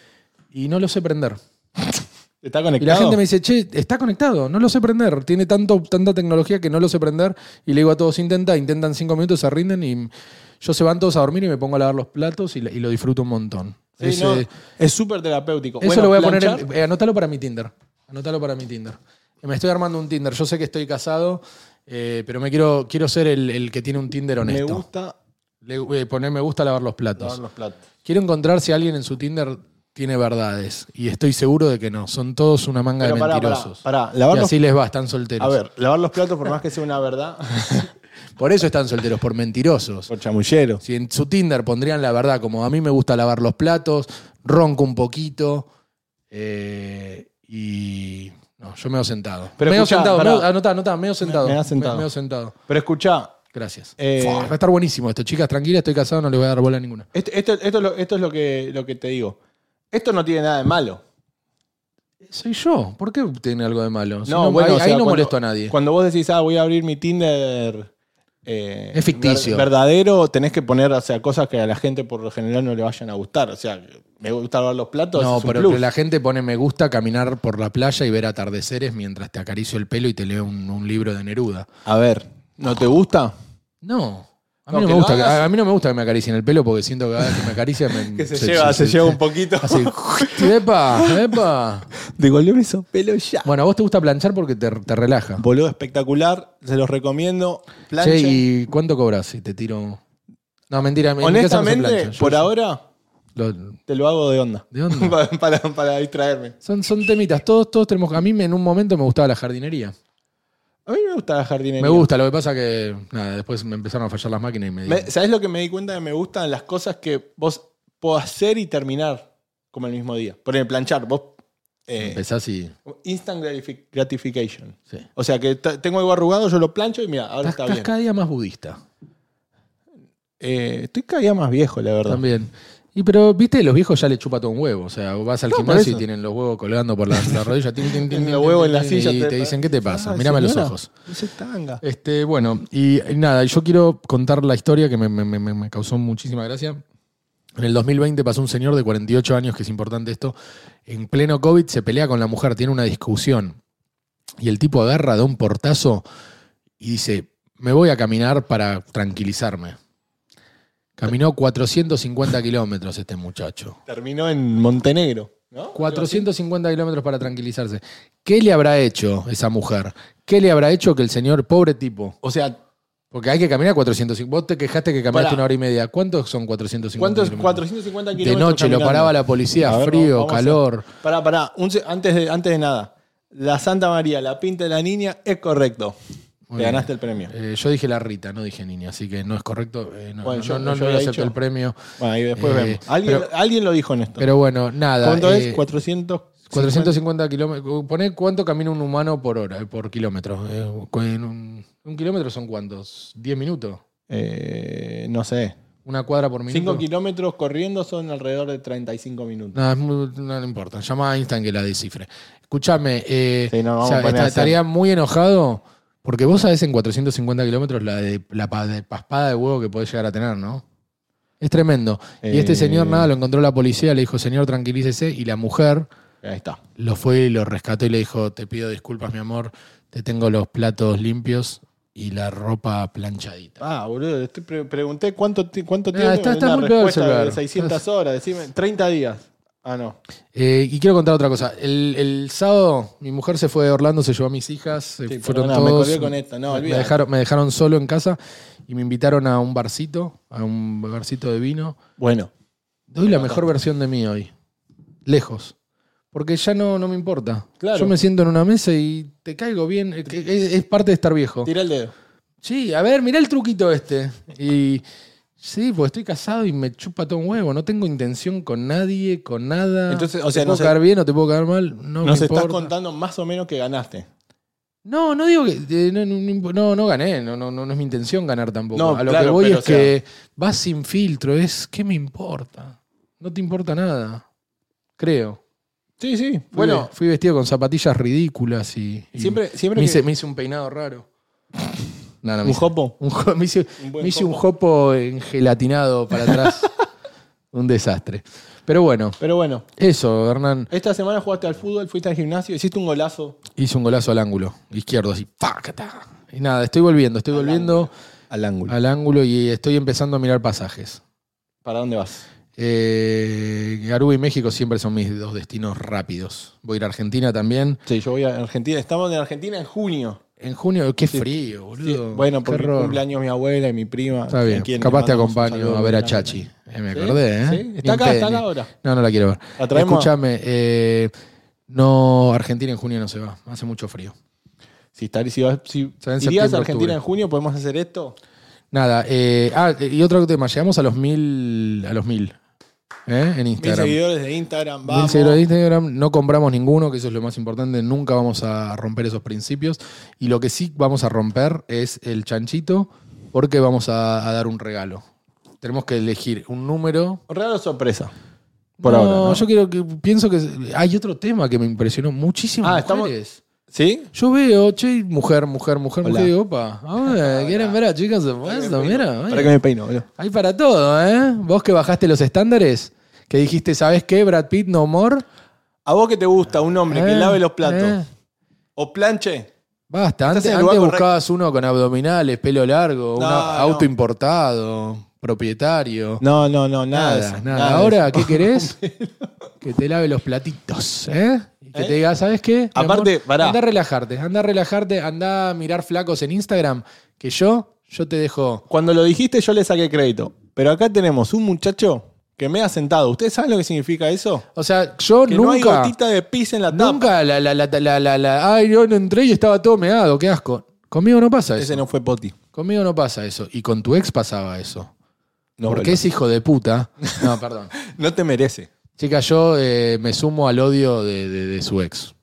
Speaker 1: y no lo sé prender.
Speaker 2: ¿Está
Speaker 1: Y
Speaker 2: conectado?
Speaker 1: la gente me dice, che, está conectado, no lo sé prender. Tiene tanto, tanta tecnología que no lo sé prender. Y le digo a todos, intenta, intentan cinco minutos, se rinden y yo se van todos a dormir y me pongo a lavar los platos y, la- y lo disfruto un montón.
Speaker 2: Sí,
Speaker 1: Ese-
Speaker 2: no, es súper terapéutico.
Speaker 1: eso
Speaker 2: Bueno,
Speaker 1: lo voy a poner.
Speaker 2: planchar-
Speaker 1: En, eh, anótalo para mi Tinder. Anótalo para mi Tinder. Me estoy armando un Tinder. Yo sé que estoy casado, eh, pero me quiero, quiero ser el, el que tiene un Tinder
Speaker 2: Me
Speaker 1: honesto.
Speaker 2: gusta
Speaker 1: Le- eh, poner me gusta lavar los platos.
Speaker 2: lavar los platos.
Speaker 1: Quiero encontrar si alguien en su Tinder tiene verdades. Y estoy seguro de que no. Son todos una manga
Speaker 2: Pero
Speaker 1: de
Speaker 2: pará, pará,
Speaker 1: mentirosos.
Speaker 2: pará. Lavar
Speaker 1: y
Speaker 2: los-
Speaker 1: así les va, están solteros.
Speaker 2: A ver, lavar los platos, por más que sea una verdad,
Speaker 1: Por eso están solteros, por mentirosos.
Speaker 2: por chamullero.
Speaker 1: Si en su Tinder pondrían la verdad, como a mí me gusta lavar los platos, ronco un poquito eh, y. No, yo me he sentado.
Speaker 2: Pero
Speaker 1: me he
Speaker 2: escuchá,
Speaker 1: sentado,
Speaker 2: pará.
Speaker 1: medio- anotá, anotá, medio sentado.
Speaker 2: meo sentado.
Speaker 1: meo sentado.
Speaker 2: Pero escuchá,
Speaker 1: Gracias.
Speaker 2: Eh,
Speaker 1: Fua, va a estar buenísimo esto, chicas, tranquilas, estoy casado, no le voy a dar bola a ninguna.
Speaker 2: esto, esto, este, esto es, lo, esto es lo, que, lo que te digo. Esto no tiene nada de malo.
Speaker 1: Soy yo, ¿por qué tiene algo de malo? Si
Speaker 2: No, bueno,
Speaker 1: ahí,
Speaker 2: o sea,
Speaker 1: ahí no
Speaker 2: cuando-
Speaker 1: molesto a nadie.
Speaker 2: Cuando vos decís, ah, voy a abrir mi Tinder. eh,
Speaker 1: Es ficticio.
Speaker 2: ver- verdadero, tenés que poner, o sea, cosas que a la gente por lo general no le vayan a gustar. O sea, me gusta lavar los platos.
Speaker 1: No,
Speaker 2: es un
Speaker 1: pero,
Speaker 2: plus.
Speaker 1: pero la gente pone me gusta caminar por la playa y ver atardeceres mientras te acaricio el pelo y te leo un, un libro de Neruda.
Speaker 2: A ver, ¿no te gusta?
Speaker 1: No. A
Speaker 2: No,
Speaker 1: mí, no,
Speaker 2: que
Speaker 1: me
Speaker 2: lo
Speaker 1: gusta, que-
Speaker 2: hagas.
Speaker 1: a mí no me gusta que me acaricien el pelo porque siento que cada vez que me acaricia me-
Speaker 2: Que se, lleva, se, lleva un poquito.
Speaker 1: Así, epa, epa.
Speaker 2: De golpe esos pelos ya.
Speaker 1: Bueno, a vos te gusta planchar porque te, te relaja.
Speaker 2: Boludo espectacular, se los recomiendo. Plancha.
Speaker 1: Che, ¿y cuánto cobras si te tiro? No, mentira. en mi casa no se
Speaker 2: Honestamente,
Speaker 1: plancha. Yo-
Speaker 2: por ahora
Speaker 1: lo-
Speaker 2: te lo hago de onda.
Speaker 1: ¿De onda?
Speaker 2: para, para- para distraerme.
Speaker 1: son, son temitas. Todos, todos tenemos. A mí me- en un momento me gustaba la jardinería.
Speaker 2: A mí me gusta la jardinería.
Speaker 1: Me gusta, lo que pasa que. Nada, después me empezaron a fallar las máquinas y me.
Speaker 2: Me- ¿Sabes lo que me di cuenta? Que me gustan las cosas que vos podés hacer y terminar como el mismo día. Por ejemplo, planchar, vos. eh,
Speaker 1: empezás y.
Speaker 2: instant gratifi- gratification.
Speaker 1: Sí.
Speaker 2: O sea, que ta- tengo algo arrugado, yo lo plancho y mira, ahora
Speaker 1: Estás,
Speaker 2: está
Speaker 1: estás
Speaker 2: bien.
Speaker 1: cada día más budista.
Speaker 2: Eh, estoy cada día más viejo, la verdad.
Speaker 1: También. Y pero, viste, los viejos ya le chupa todo un huevo. O sea, vas al
Speaker 2: No, por
Speaker 1: gimnasio y
Speaker 2: eso.
Speaker 1: tienen los huevos colgando por la, la rodilla. tin, tin, tin,
Speaker 2: Tienen
Speaker 1: tin,
Speaker 2: los huevos en la
Speaker 1: tin,
Speaker 2: silla,
Speaker 1: Y
Speaker 2: te- Ah,
Speaker 1: te dicen, ¿qué te pasa?
Speaker 2: Ay,
Speaker 1: Mírame los
Speaker 2: señora,
Speaker 1: ojos.
Speaker 2: No se tanga.
Speaker 1: Este, bueno, y, y nada, yo quiero contar la historia que me, me- me- me causó muchísima gracia. En el 2020 pasó un señor de 48 años, que es importante esto, en pleno COVID se pelea con la mujer, tiene una discusión. Y el tipo agarra, da un portazo y dice, me voy a caminar para tranquilizarme. Caminó 450 kilómetros este muchacho.
Speaker 2: Terminó en Montenegro, ¿no?
Speaker 1: 450 kilómetros para tranquilizarse. ¿Qué le habrá hecho esa mujer? ¿Qué le habrá hecho que el señor, pobre tipo,
Speaker 2: O sea,
Speaker 1: porque hay que caminar 450. Vos te quejaste que caminaste
Speaker 2: Pará.
Speaker 1: una hora y media. ¿Cuántos son 450?
Speaker 2: ¿cuántos
Speaker 1: kilómetros?
Speaker 2: 450
Speaker 1: De
Speaker 2: kilómetros?
Speaker 1: noche lo
Speaker 2: caminando?
Speaker 1: paraba la policía,
Speaker 2: A ver,
Speaker 1: frío,
Speaker 2: vamos a hacer-
Speaker 1: calor.
Speaker 2: Pará, pará. un se- antes, de, antes de nada, la Santa María, la pinta de la niña, es correcto.
Speaker 1: Muy
Speaker 2: Te
Speaker 1: bien.
Speaker 2: ganaste el premio.
Speaker 1: Eh, yo dije la Rita, no dije niña, así que no es correcto. Eh, no,
Speaker 2: Bueno,
Speaker 1: no-
Speaker 2: yo-
Speaker 1: no,
Speaker 2: yo
Speaker 1: no
Speaker 2: había
Speaker 1: acepto
Speaker 2: dicho-
Speaker 1: el premio.
Speaker 2: Bueno, ahí después
Speaker 1: Eh,
Speaker 2: vemos. Alguien,
Speaker 1: pero-
Speaker 2: alguien lo dijo en esto.
Speaker 1: Pero bueno, nada.
Speaker 2: ¿Cuánto
Speaker 1: eh,
Speaker 2: es? 400.
Speaker 1: 450 kilómetros. Poné cuánto camina un humano por hora, eh, por kilómetro. Eh, cu- en un, un kilómetro son cuántos? ¿10 minutos?
Speaker 2: Eh, no sé.
Speaker 1: ¿Una cuadra por minuto?
Speaker 2: 5 kilómetros corriendo son alrededor de 35 minutos.
Speaker 1: No, es muy- no le importa. Llama a Einstein que la descifre. Escúchame, eh,
Speaker 2: Sí, no, vamos
Speaker 1: o sea,
Speaker 2: a poner
Speaker 1: esta-
Speaker 2: a hacer-
Speaker 1: estaría muy enojado porque vos sabés en 450 kilómetros la, de, la pa- de paspada de huevo que podés llegar a tener, ¿no? Es tremendo. Y este
Speaker 2: Eh.
Speaker 1: señor, nada, lo encontró la policía, le dijo, señor, tranquilícese. Y la mujer
Speaker 2: Ahí está.
Speaker 1: lo fue y lo rescató y le dijo, te pido disculpas, mi amor, te tengo los platos limpios y la ropa planchadita.
Speaker 2: Ah, boludo, te pre- pregunté cuánto, ti- cuánto
Speaker 1: Ah,
Speaker 2: tiempo.
Speaker 1: está- está
Speaker 2: una
Speaker 1: muy pegado el
Speaker 2: respuesta
Speaker 1: celular.
Speaker 2: de 600 horas, decime, 30 días. Ah, no.
Speaker 1: Eh, y quiero contar otra cosa. El, el sábado mi mujer se fue de Orlando, se llevó a mis hijas, se
Speaker 2: Sí,
Speaker 1: fueron
Speaker 2: perdona, me
Speaker 1: todos.
Speaker 2: colgué con esta, no,
Speaker 1: me, me
Speaker 2: olvídate.
Speaker 1: dejaron, me dejaron solo en casa y me invitaron a un barcito, a un barcito de vino.
Speaker 2: Bueno,
Speaker 1: Doy la mejor versión de mí hoy. Lejos. Porque ya no, no me importa.
Speaker 2: Claro.
Speaker 1: Yo me siento en una mesa y te caigo bien. eh, que Es, es parte de estar viejo.
Speaker 2: tira el dedo.
Speaker 1: Sí, a ver, mirá el truquito este. Y sí, pues estoy casado y me chupa todo un huevo. No tengo intención con nadie, con nada.
Speaker 2: Entonces, o
Speaker 1: ¿Te
Speaker 2: sea,
Speaker 1: puedo
Speaker 2: nos-
Speaker 1: caer bien o te puedo caer mal? No
Speaker 2: Nos
Speaker 1: me
Speaker 2: estás
Speaker 1: importa.
Speaker 2: contando más o menos que ganaste.
Speaker 1: No, no digo que. eh, no, no, no, no, no gané. No, no, no, no es mi intención ganar tampoco.
Speaker 2: No,
Speaker 1: a lo que
Speaker 2: claro,
Speaker 1: voy
Speaker 2: pero,
Speaker 1: es
Speaker 2: o sea-
Speaker 1: que vas sin filtro. Es. ¿Qué me importa? No te importa nada. Creo.
Speaker 2: Sí,
Speaker 1: Fui
Speaker 2: sí.
Speaker 1: ve-
Speaker 2: Bueno,
Speaker 1: Fui vestido con zapatillas ridículas y. y
Speaker 2: siempre, siempre
Speaker 1: me,
Speaker 2: que-
Speaker 1: hice, me hice un peinado raro. No, no, me
Speaker 2: un
Speaker 1: hice-
Speaker 2: jopo.
Speaker 1: un jo- me hice,
Speaker 2: Un buen
Speaker 1: me hice un
Speaker 2: jopo.
Speaker 1: jopo engelatinado para atrás. un desastre. Pero bueno,
Speaker 2: Pero bueno,
Speaker 1: eso, Hernán.
Speaker 2: esta semana jugaste al fútbol, fuiste al gimnasio, hiciste un golazo
Speaker 1: Hice un golazo al ángulo. Izquierdo, así. ¡pacata! Y nada, estoy volviendo, estoy volviendo
Speaker 2: al ángulo.
Speaker 1: al ángulo y estoy empezando a mirar pasajes.
Speaker 2: ¿Para dónde vas?
Speaker 1: Eh, Aruba y México siempre son mis dos destinos rápidos. Voy a ir a Argentina también.
Speaker 2: Sí, yo voy a Argentina. Estamos en Argentina en junio.
Speaker 1: En junio, qué
Speaker 2: Sí.
Speaker 1: frío,
Speaker 2: Sí,
Speaker 1: boludo.
Speaker 2: bueno,
Speaker 1: Qué
Speaker 2: porque
Speaker 1: horror.
Speaker 2: cumpleaños mi abuela y mi prima.
Speaker 1: Está bien,
Speaker 2: ¿A quién le
Speaker 1: capaz te
Speaker 2: mandamos un
Speaker 1: acompaño
Speaker 2: saludo
Speaker 1: a ver a
Speaker 2: muy grande?
Speaker 1: Chachi. Eh, me
Speaker 2: ¿Sí?
Speaker 1: acordé, ¿eh?
Speaker 2: Sí,
Speaker 1: Ni
Speaker 2: Está acá,
Speaker 1: en pedo,
Speaker 2: está acá
Speaker 1: ni-
Speaker 2: ahora.
Speaker 1: No, no la quiero ver.
Speaker 2: La traemos.
Speaker 1: Escúchame, eh, no, Argentina en junio no se va. Hace mucho frío.
Speaker 2: Si, estar- si, vas- si
Speaker 1: Está en
Speaker 2: irías
Speaker 1: septiembre,
Speaker 2: a Argentina
Speaker 1: octubre.
Speaker 2: en junio, podemos hacer esto.
Speaker 1: Nada, eh, ah, y otro tema. Llegamos a los mil, a los mil, ¿eh? En
Speaker 2: Mil
Speaker 1: Instagram.
Speaker 2: seguidores de Instagram,
Speaker 1: Mil
Speaker 2: vamos.
Speaker 1: seguidores de Instagram, no compramos ninguno, que eso es lo más importante, nunca vamos a romper esos principios. Y lo que sí vamos a romper es el chanchito, porque vamos a, a dar un regalo. Tenemos que elegir un número.
Speaker 2: Regalo sorpresa. Por
Speaker 1: No,
Speaker 2: ahora, ¿no?
Speaker 1: Yo quiero que, pienso que hay otro tema que me impresionó muchísimo.
Speaker 2: Ah, estamos-
Speaker 1: mujeres.
Speaker 2: ¿Sí?
Speaker 1: Yo veo, che, mujer, mujer, mujer,
Speaker 2: Hola.
Speaker 1: mujer, digo, opa, a ver, ¿quieren ver a chicas en puesto? Mira,
Speaker 2: Para
Speaker 1: mira.
Speaker 2: que me peino, boludo.
Speaker 1: hay para todo, ¿eh? Vos que bajaste los estándares, que dijiste, ¿sabes qué? Brad Pitt, no more.
Speaker 2: A vos que te gusta un hombre que
Speaker 1: Eh,
Speaker 2: lave los platos
Speaker 1: eh.
Speaker 2: o planche,
Speaker 1: Basta,
Speaker 2: Estás
Speaker 1: antes,
Speaker 2: en el lugar
Speaker 1: antes
Speaker 2: correcto.
Speaker 1: buscabas uno con abdominales, pelo largo, un
Speaker 2: No,
Speaker 1: au-
Speaker 2: no.
Speaker 1: auto importado, propietario.
Speaker 2: No, no, no, nada.
Speaker 1: nada,
Speaker 2: de
Speaker 1: nada.
Speaker 2: eso, nada de
Speaker 1: Ahora,
Speaker 2: eso.
Speaker 1: ¿qué querés? que te lave los platitos, ¿eh? Y que
Speaker 2: ¿Eh?
Speaker 1: te diga, ¿sabes qué? mi
Speaker 2: Aparte, pará.
Speaker 1: Anda a relajarte, anda a relajarte, anda a mirar flacos en Instagram, que yo, yo te dejo.
Speaker 2: Cuando lo dijiste, yo le saqué crédito. Pero acá tenemos un muchacho que me ha sentado. ¿Ustedes saben lo que significa eso?
Speaker 1: O sea, yo
Speaker 2: Que no hay
Speaker 1: nunca.
Speaker 2: gotita de pis en la tapa.
Speaker 1: nunca la, la, la, la, la, la- Ay, yo no entré y estaba todo meado, qué asco. Conmigo no pasa eso.
Speaker 2: Ese no fue Poti.
Speaker 1: Conmigo no pasa eso. Y con tu ex pasaba eso.
Speaker 2: No,
Speaker 1: porque
Speaker 2: vuelva.
Speaker 1: es hijo de puta. No, perdón.
Speaker 2: no te merece.
Speaker 1: Chica, yo eh, me sumo al odio de, de- de su ex.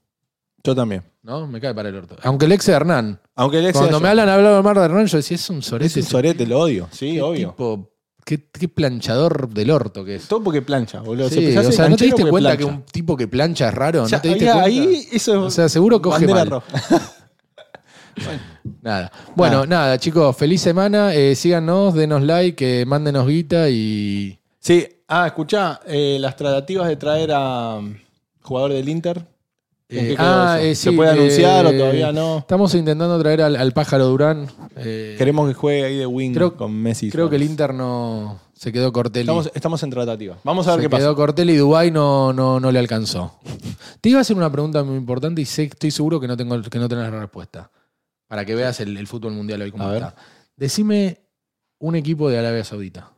Speaker 2: Yo también.
Speaker 1: ¿No? Me cae para el orto. Aunque el ex de Hernán.
Speaker 2: Aunque el ex
Speaker 1: Cuando
Speaker 2: sea
Speaker 1: me
Speaker 2: yo.
Speaker 1: hablan hablaba mal de Hernán, yo decía, es un
Speaker 2: es
Speaker 1: sorete.
Speaker 2: un
Speaker 1: ese
Speaker 2: sorete, lo odio. Sí, obvio.
Speaker 1: tipo Qué, qué planchador del orto que es.
Speaker 2: Todo porque plancha, boludo.
Speaker 1: Sí,
Speaker 2: Se fijase
Speaker 1: o sea,
Speaker 2: en
Speaker 1: ¿no te
Speaker 2: canchero
Speaker 1: diste
Speaker 2: porque
Speaker 1: cuenta que
Speaker 2: plancha.
Speaker 1: un tipo que plancha es raro?
Speaker 2: O sea,
Speaker 1: ¿No te diste
Speaker 2: ahí-
Speaker 1: cuenta?
Speaker 2: ahí eso es
Speaker 1: O sea, seguro coge
Speaker 2: bandera
Speaker 1: mal.
Speaker 2: roja.
Speaker 1: Nada. Bueno, nada, chicos, feliz semana. Eh, síganos, denos like, eh, mándenos guita y.
Speaker 2: Sí, ah, escuchá, eh, las tratativas de traer a um, jugador del Inter. ¿En
Speaker 1: Eh,
Speaker 2: qué quedó eso?
Speaker 1: eh,
Speaker 2: ¿Se
Speaker 1: sí,
Speaker 2: puede anunciar o
Speaker 1: eh,
Speaker 2: todavía no?
Speaker 1: Estamos intentando traer al, al pájaro Durán. Eh,
Speaker 2: Queremos que juegue ahí de wing
Speaker 1: creo-
Speaker 2: con Messi.
Speaker 1: creo que el
Speaker 2: Suárez.
Speaker 1: Inter no. Se quedó Cortelli.
Speaker 2: Estamos, estamos en tratativa. Vamos a ver
Speaker 1: se
Speaker 2: qué pasa.
Speaker 1: quedó Cortelli y Dubái no, no, no le alcanzó. Te iba a hacer una pregunta muy importante y sé, estoy seguro que no, tengo, que no tenés la respuesta. Para que veas el, el fútbol mundial hoy
Speaker 2: A
Speaker 1: como
Speaker 2: ver.
Speaker 1: está. Decime un equipo de Arabia Saudita.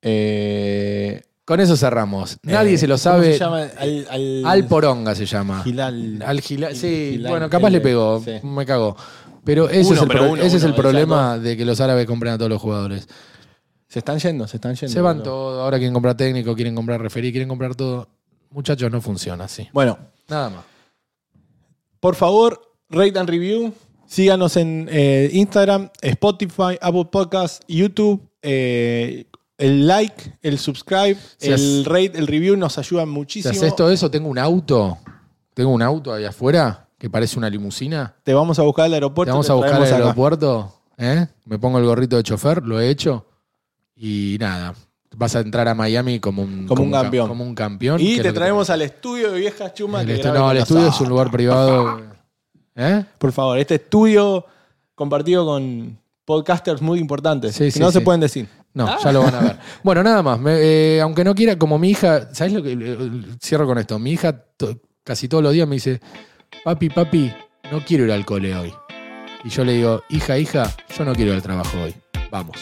Speaker 2: Eh,
Speaker 1: Con eso cerramos. Nadie
Speaker 2: eh,
Speaker 1: se lo
Speaker 2: ¿cómo
Speaker 1: sabe.
Speaker 2: se llama? Al, al,
Speaker 1: Al Poronga se llama.
Speaker 2: Gilal.
Speaker 1: Al Gila- sí,
Speaker 2: Gilal,
Speaker 1: bueno, capaz le
Speaker 2: el-
Speaker 1: pegó,
Speaker 2: sí.
Speaker 1: me cagó. Pero ese
Speaker 2: Uno,
Speaker 1: es el,
Speaker 2: pero
Speaker 1: pro-
Speaker 2: uno,
Speaker 1: ese es
Speaker 2: uno,
Speaker 1: el
Speaker 2: exacto.
Speaker 1: problema de que los árabes compren a todos los jugadores.
Speaker 2: Se están yendo, se están yendo.
Speaker 1: Se van
Speaker 2: boludo.
Speaker 1: todos, ahora quieren comprar técnico, quieren comprar referí, quieren comprar todo. Muchachos, no funciona así.
Speaker 2: Bueno,
Speaker 1: Nada más.
Speaker 2: por favor, rate and review. Síganos en eh, Instagram, Spotify, Apple Podcasts, YouTube. eh, el like, el subscribe,
Speaker 1: Si
Speaker 2: el
Speaker 1: has-
Speaker 2: rate, el review nos ayudan
Speaker 1: Si
Speaker 2: muchísimo.
Speaker 1: haces todo eso, tengo un auto, tengo un auto ahí afuera que parece una limusina.
Speaker 2: Te vamos a buscar al
Speaker 1: Te
Speaker 2: aeropuerto.
Speaker 1: vamos a buscar al
Speaker 2: traemos acá.
Speaker 1: aeropuerto, ¿eh? me pongo el gorrito de chofer, lo he hecho. Y nada, vas a entrar a Miami como un,
Speaker 2: Como un
Speaker 1: ca-
Speaker 2: campeón.
Speaker 1: Como un campeón. que es
Speaker 2: Y
Speaker 1: lo
Speaker 2: te
Speaker 1: que
Speaker 2: traemos al estudio de Viejas Chumas.
Speaker 1: El
Speaker 2: que
Speaker 1: estu-
Speaker 2: grabe
Speaker 1: no,
Speaker 2: con
Speaker 1: el
Speaker 2: nosotros.
Speaker 1: estudio es un lugar privado. ¿Eh?
Speaker 2: Por favor, este estudio compartido con podcasters muy importantes.
Speaker 1: Sí,
Speaker 2: que
Speaker 1: sí,
Speaker 2: no se
Speaker 1: sí.
Speaker 2: pueden decir.
Speaker 1: No, ya lo van a ver. Bueno, nada más. Me- eh, aunque no quiera, como mi hija, ¿sabes lo que? eh, Cierro con esto. Mi hija to- casi todos los días me dice, papi, papi, no quiero ir al cole hoy. Y yo le digo, hija, hija, yo no quiero ir al trabajo hoy. Vamos.